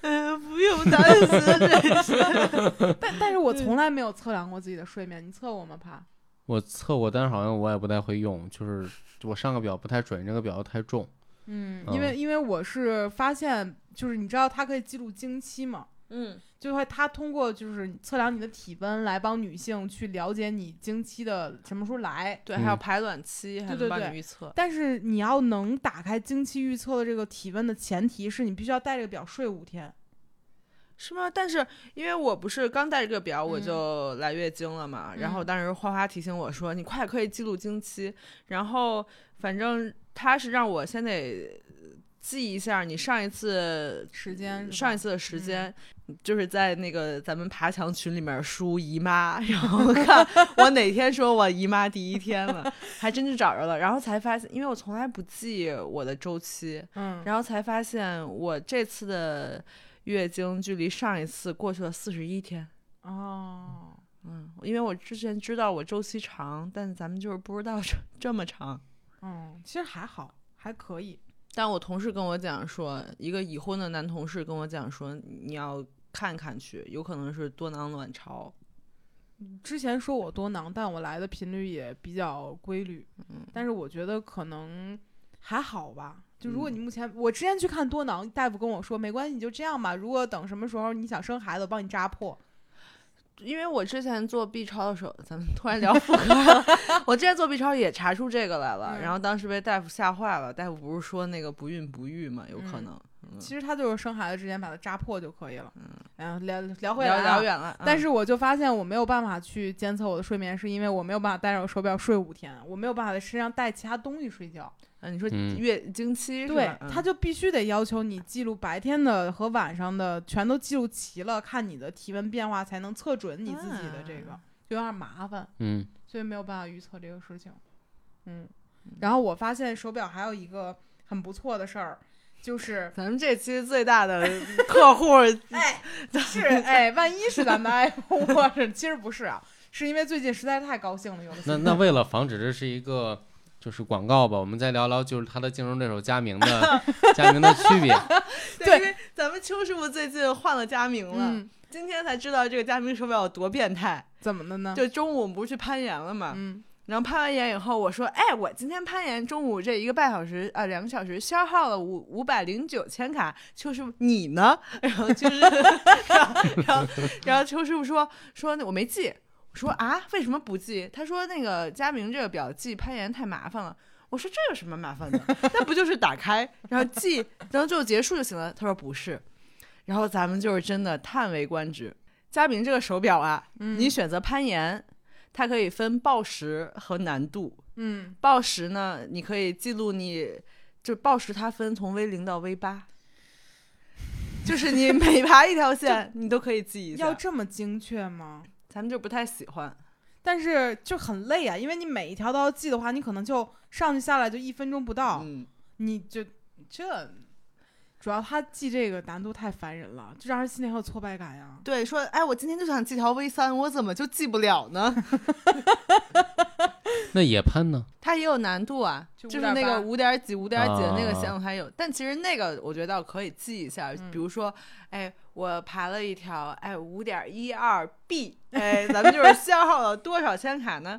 嗯。 呃，不用担心这些。
但但是我从来没有测量过自己的睡眠，你测过吗？怕？
我测过，但是好像我也不太会用，就是我上个表不太准，这个表又太重。
嗯，
嗯
因为因为我是发现，就是你知道它可以记录经期嘛，
嗯，
就会它通过就是测量你的体温来帮女性去了解你经期的什么时候来。
对，
嗯
还有排卵期，还
对
能
对
帮
对
你预测。
但是你要能打开经期预测的这个体温的前提是你必须要带这个表睡五天。
是吗？但是因为我不是刚戴这个表我
嗯
就来月经了嘛，然后
嗯
当时花花提醒我说，你快可以记录经期，然后反正他是让我先得记一下你上一次
时间
上一次的
嗯
时间，就是在那个咱们爬墙群里面输姨妈，然后看我哪天说我姨妈第一天了，还真就找着了，然后才发现，因为我从来不记我的周期，
嗯，
然后才发现我这次的月经距离上一次过去了四十一天。
哦，
嗯，因为我之前知道我周期长，但咱们就是不知道这 这么长。
嗯，其实还好，还可以。
但我同事跟我讲说，一个已婚的男同事跟我讲说，你要看看去，有可能是多囊卵巢。
之前说我多囊，但我来的频率也比较规律，但是我觉得可能还好吧。就如果你目前，我之前去看多囊，大夫跟我说没关系，你就这样吧。如果等什么时候你想生孩子，我帮你扎破。
因为我之前做 B 超的时候，咱们突然聊妇科了。 我之前做 B 超也查出这个来了，
嗯
然后当时被大夫吓坏了。大夫不是说那个不孕不育嘛，有可
嗯
能。
其实他就是生孩子之前把它扎破就可以了。嗯，哎呀，聊聊回来
聊
啊
聊远了，嗯
但
是
是我就发现我没有办法去监测我的睡眠，是因为我没有办法戴上我手表睡五天，我没有办法在身上带其他东西睡觉。
呃你说
嗯
月经期是
对
吧，嗯
他就必须得要求你记录白天的和晚上的全都记录齐了，看你的体温变化才能测准你自己的这个，
啊
就有点麻烦，
嗯
所以没有办法预测这个事情。嗯，然后我发现手表还有一个很不错的事儿，就是
咱们这期最大的 客户，
哎， 是哎，万一是 咱们的 iPhone Watch，其实不是啊，是因为最近实在是太高兴了，有的
那
时
那
候
为了防止这是一个就是广告吧，我们再聊聊就是它的竞争对手佳明的 佳明的区别。
对
因为咱们邱师傅最近换了佳明了，
嗯，
今天才知道这个佳明手表有多变态。
怎么的呢？
就中午我们不是去攀岩了嘛，
嗯，
然后攀完岩以后，我说，哎，我今天攀岩中午这一个半小时啊，两个小时消耗了五五百零九千卡，邱师傅你呢？ 然后就是，然后然后然后邱师傅说说那我没记，我说啊，为什么不记？他说那个佳明这个表记攀岩太麻烦了。我说这有什么麻烦的？那不就是打开，然后记，然后就结束就行了？他说不是，然后咱们就是真的叹为观止。佳明这个手表啊，
嗯
你选择攀岩，它可以分报时和难度。
嗯，
报时呢，你可以记录你，就报时它分从 V 零到 V 八，就是你 每爬一条线，你都可以记一
要
下。
这么精确吗？
咱们就不太喜欢，
但是就很累啊，因为你每一条都要记的话，你可能就上去下来就一分钟不到，
嗯，
你就这，主要他记这个难度太烦人了，就让人心里很有挫败感啊呀。
对，说，哎，我今天就想记条 V 三，我怎么就记不了呢？
那野攀呢？
它也有难度啊，
就
就是那个
5.8
五点几、五点几的那个
啊
线路还有，但其实那个我觉得倒可以记一下，
嗯
比如说，哎，我爬了一条，哎，五点一二 B，哎，咱们就是消耗了多少千卡呢？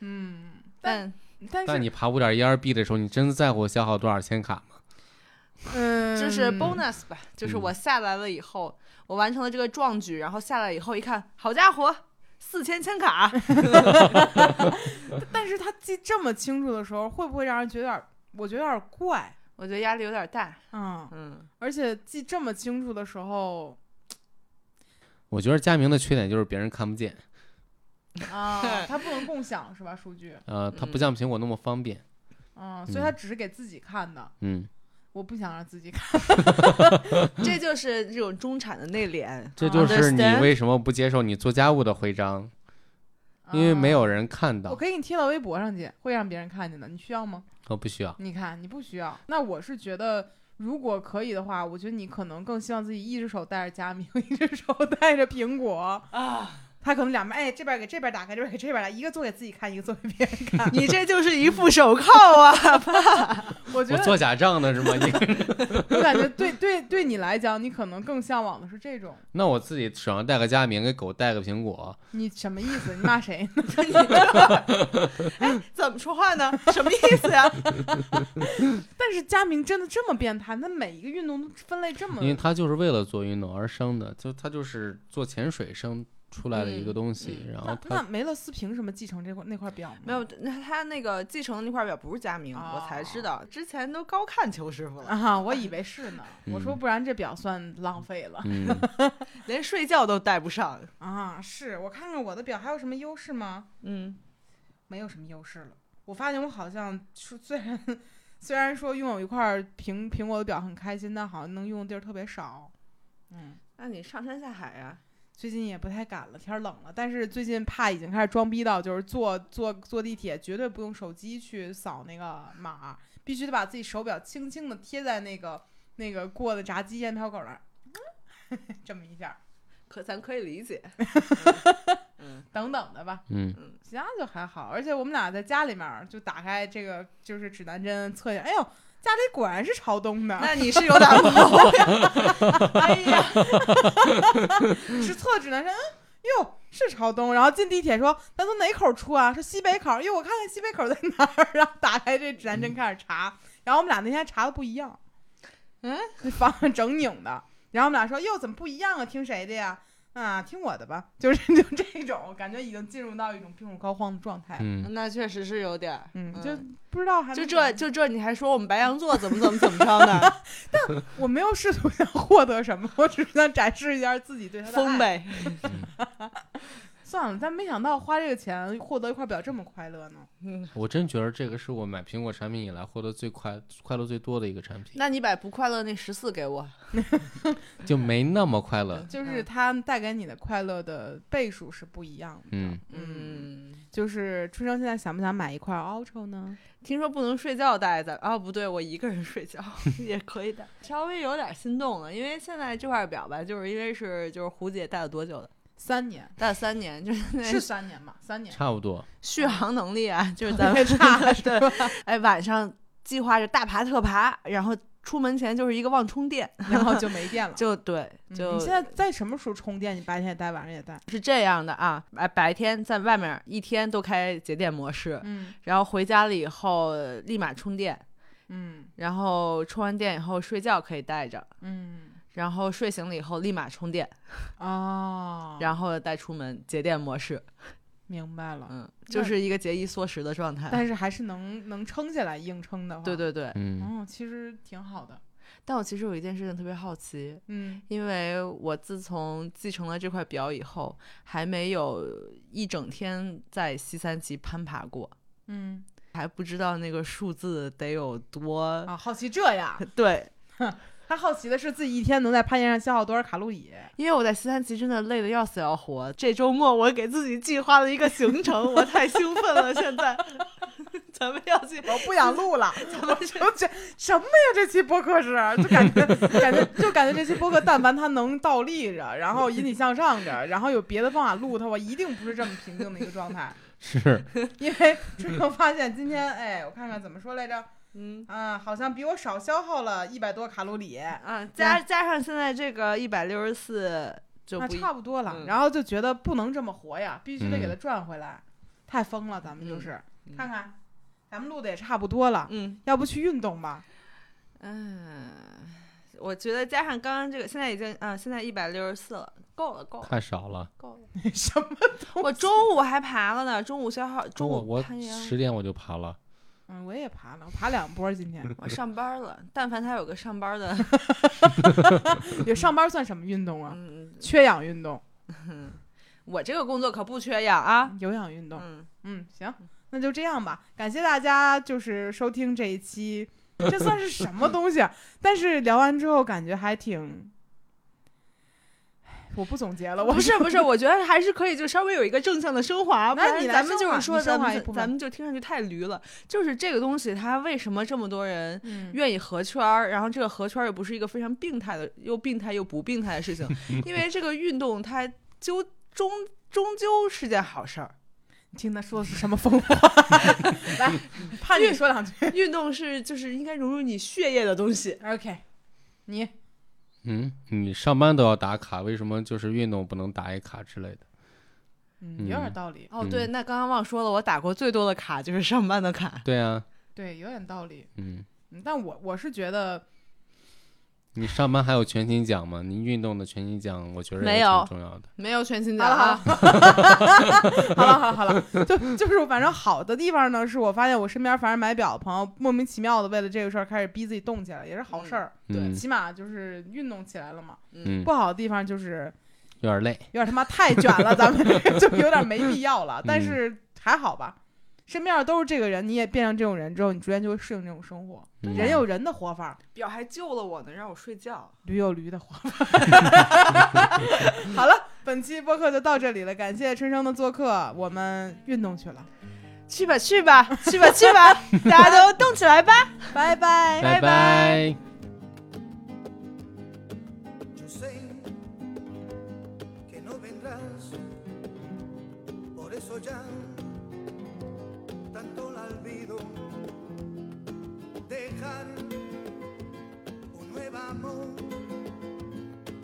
嗯，但
但
但是
但你爬五点一二 B 的时候，你真的在乎消耗多少千卡吗？
嗯，
就是 bonus 吧，就是我下来了以后，我完成了这个壮举，然后下来以后一看，好家伙，四千千卡，
但是他记这么清楚的时候，会不会让人觉得有点，我觉得有点怪？
我觉得压力有点大，
嗯，
嗯，
而且记这么清楚的时候
我觉得佳明的缺点就是别人看不见，
啊，他不能共享是吧？数据，
呃，它不
嗯
像苹果那么方便。
嗯，所以他只是给自己看的。
嗯，
我不想让自己看，
这就是这种中产的内敛，
这就是你
Understand？
为什么不接受你做家务的徽章，因为没有人看
嗯啊。我
到。
可以给你贴到微博上去，会让别人看见的。你需要吗？
我不需要。
你看，你不需要。那我是觉得，如果可以的话，我觉得你可能更希望自己一只手戴着佳明， 一只手戴着苹果
啊。
他可能两边，哎，这边给这边打开，这边给这边打，一个做给自己看，一个做 给别人看。
你这就是一副手铐啊！
我觉
我
得
做假账呢是吗？你
我感觉对对对你来讲，你可能更向往的是这种。
那我自己手上戴个佳明，给狗戴个苹果，
你什么意思？你骂谁？
哎，怎么说话呢？什么意思呀？
但是佳明真的这么变态？他每一个运动都分类这么
因为它就是为了做运动而生的，就它就是做潜水生出来的一个
嗯
东西。然后
那
它
那梅勒斯凭什么继承这块那块表吗？
没有，那他那个继承的那块表不是佳明，
哦
我才知道，之前都高看邱师傅了，
啊，我以为是呢。
嗯
我说不然这表算浪费了
嗯，
连睡觉都戴不上。
啊！是我看看我的表还有什么优势吗？
嗯，
没有什么优势了。我发现我好像是虽然虽然说拥有一块苹苹果的表很开心，但好像能用的地儿特别少。嗯，
那你上山下海呀、
最近也不太敢了，天儿冷了。但是最近怕已经开始装逼到，就是坐坐坐地铁绝对不用手机去扫那个码，必须得把自己手表轻轻的贴在那个那个过的炸鸡烟飘口那儿， 嗯这么一下儿，
可咱可以理解。嗯
等等的吧。
嗯，
其他就还好，而且我们俩在家里面儿就打开这个就是指南针测一下，哎呦，家里果然是朝东的。
那你是有点毛病。哎呀，
是测指南针，嗯，哟，是朝东。然后进地铁说，咱从哪口出啊？是西北口。哟，我看看西北口在哪儿。 然后打开这指南
嗯
针开始查，然后我们俩那天查的不一样，嗯，方向整拧的。然后我们俩说，哟，怎么不一样啊？听谁的呀？啊，听我的吧，就是 就这种感觉，已经进入到一种病入膏肓的状态。
嗯，
那确实是有点儿，
嗯，就不知道还
就
没
这就这，你还说我们白羊座怎么怎么怎么着 呢？
我没有试图想获得什么，我只是想展示一下自己对他的
疯
爱。
呗，
算了，但没想到花这个钱获得一块表这么快乐呢。
嗯，
我真觉得这个是我买苹果产品以来获得最快快乐最多的一个产品，
那你把不快乐那十四给我，
就没那么快乐。
嗯
就是它带给你的快乐的倍数是不一样的。
嗯，
嗯，
就是春生现在想不想买一块 Ultra 呢？
听说不能睡觉戴在，啊，不对，我一个人睡觉也可以戴，稍微有点心动了，因为现在这块表吧，就是因为是就是胡姐戴了多久了？
三年
戴了三年，就是那
是三年吧？三
嗯
年。
差不多。
续航能力啊， 就是咱们差了，对，哎，晚上计划着大爬特爬，然后出门前就是一个忘充 电，
然后就没电了。
就对，
嗯
就
你现在在什么时候充电？你白天也带，晚上也带。
是这样的啊，白白天在外面一天都开节电模式，
嗯
然后回家了以后呃立马充电，
嗯
然后充完电以后睡觉可以带着，
嗯
然后睡醒了以后立马充电，
哦，
然后带出门节电模式，
明白了。
嗯，就是一个节衣缩食的状态。
啊但是还啊是能能撑下来，硬撑的话。
对。对对，
嗯，
嗯，其实挺好的。
但我其实有一件事情特别好奇，
嗯
因为我自从继承了这块表以后，还没有一整天在西三旗攀爬过，
嗯
还不知道那个数字得有多、
啊，好奇这样。
对。
他好奇的是自己一天能在攀岩上消耗多少卡路里。
因为我在西三旗真的累得要死要活，这周末我给自己计划了一个行程，我太兴奋了。现在 咱们要去，
我不想录 了，
咱们去，
我这什么呀？这期播客是，就感觉感觉就感觉这期播客，但凡他能倒立着，然后引你向上着，然后有别的方法录它，我一定不是这么平静的一个状态。
是，
因 为春生发现今天，哎，我看看怎么说来着，
嗯
啊，好像比我少消耗了一百多卡路里，
啊，加加上现在这个一百六十四就
那
不一
差不多了。
嗯
然后就觉得不能这么活呀，必须得给
嗯
它赚回来。太疯了，咱们就是、
嗯嗯
看看，咱们录的也差不多了，
嗯
要不去运 动吧？
嗯，我觉得加上刚刚这个，现在已经啊，现在一百六十四了，够了，够了，
太少了。
够了。
什么？
我中午还爬了呢，中午消耗，中
我
午
我
攀岩，
十点我就爬了，
嗯，我也爬了，我爬两波 今天。
我上班了。但凡他有个上班 的，
也上班算什么运动啊？
嗯，
缺氧运动，
我这个工作可不缺氧 啊。
有氧运动。
嗯，
嗯，行，那就这样吧。感谢大家就是收听这一期，这算是什么东西啊？ 但是聊完之后感觉还挺，唉我不总结了，我
不是不是，我觉得还是可以，就稍微有一个正向的升华。不
那
然
你来
咱们
升
就
华
是说，
你升
咱
华一
们
部分
咱们就听上去太驴了。就是这个东西，它为什么这么多人
嗯
愿意合圈儿，然后这个合圈儿又不是一个非常病态的，又病态又不病态的事情，因为这个运动它究终终究是件好事儿，
你 听他说的是什么疯 话？ 来，
嗯
怕你说两句。
运动是就是应该融入你血液的东西。
OK，你
嗯，你上班都要打卡，为什么就是运动不能打一卡之类的？
嗯，有点
嗯
道理，
哦，对，那刚刚忘说了，我打过最多的卡就是上班的卡，
对啊，
对，有点道理。
嗯，
嗯但我我是觉得，
你上班还有全勤奖吗？你运动的全勤奖，我觉得
没
也
有
挺重要的。
没有全勤
好
奖
了好
啊
了。 好了好了好 了，就就是反正好的地方呢，是我发现我身边凡是买表的朋友，莫名其妙的为了这个事儿开始逼自己动起来，也是好事儿，
对
嗯
起码就是运动起来了嘛。
嗯，
不好的地方就是
有点累。
有点他妈太卷了，咱们 就有点没必要了。
嗯
但是还好吧，身边都是这个人，你也变成这种人之后，你逐渐就会适应这种生活。
嗯
人有人的活法，
表还救了我呢，让我睡觉。
驴有驴的活法。好了，本期播客就到这里了，感谢春生的做客，我们运动去了，
去吧去吧去吧去吧，大家都动起来吧，
拜拜
拜拜。
Yo sé que no vendrás, por eso ya tanto la olvido. Dejar un nuevo amor,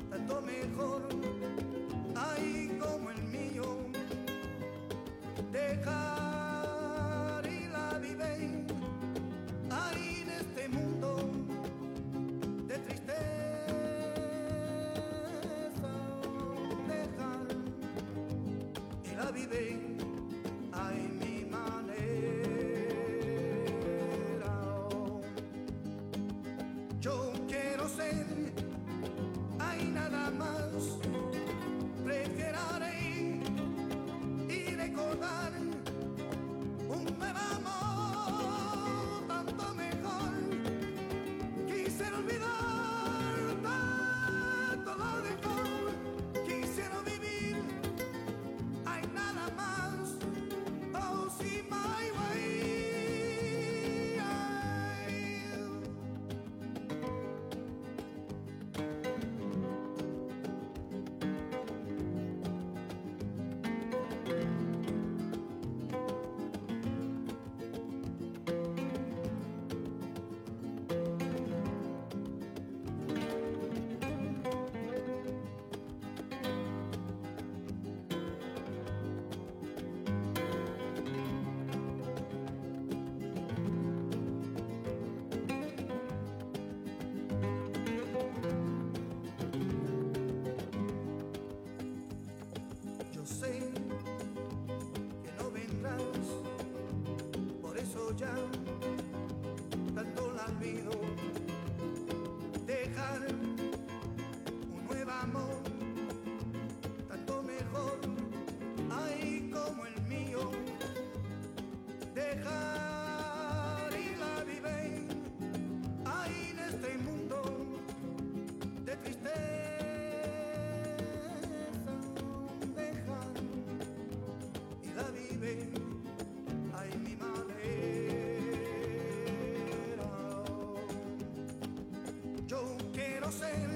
tanto mejor, ay como el mío. Dejar y la vivir, ay en este mundo de tristeza deja vive a mi manera. Yo quiero ser, hay nada más, preferiré y recordar un nuevo amor tanto mejor. Quisiera olvidar tanto lo dejó, quisiera vivir, hay nada más, oh see my way. Yo sé que no vendrás, por eso ya tanto la olvido. Dejar un nuevo amor, tanto mejor, ay como el mío. Dejar y la vivir, ay en este mundo de tristeza dejar y la vive ay mi manera yo quiero ser Oh, Oh,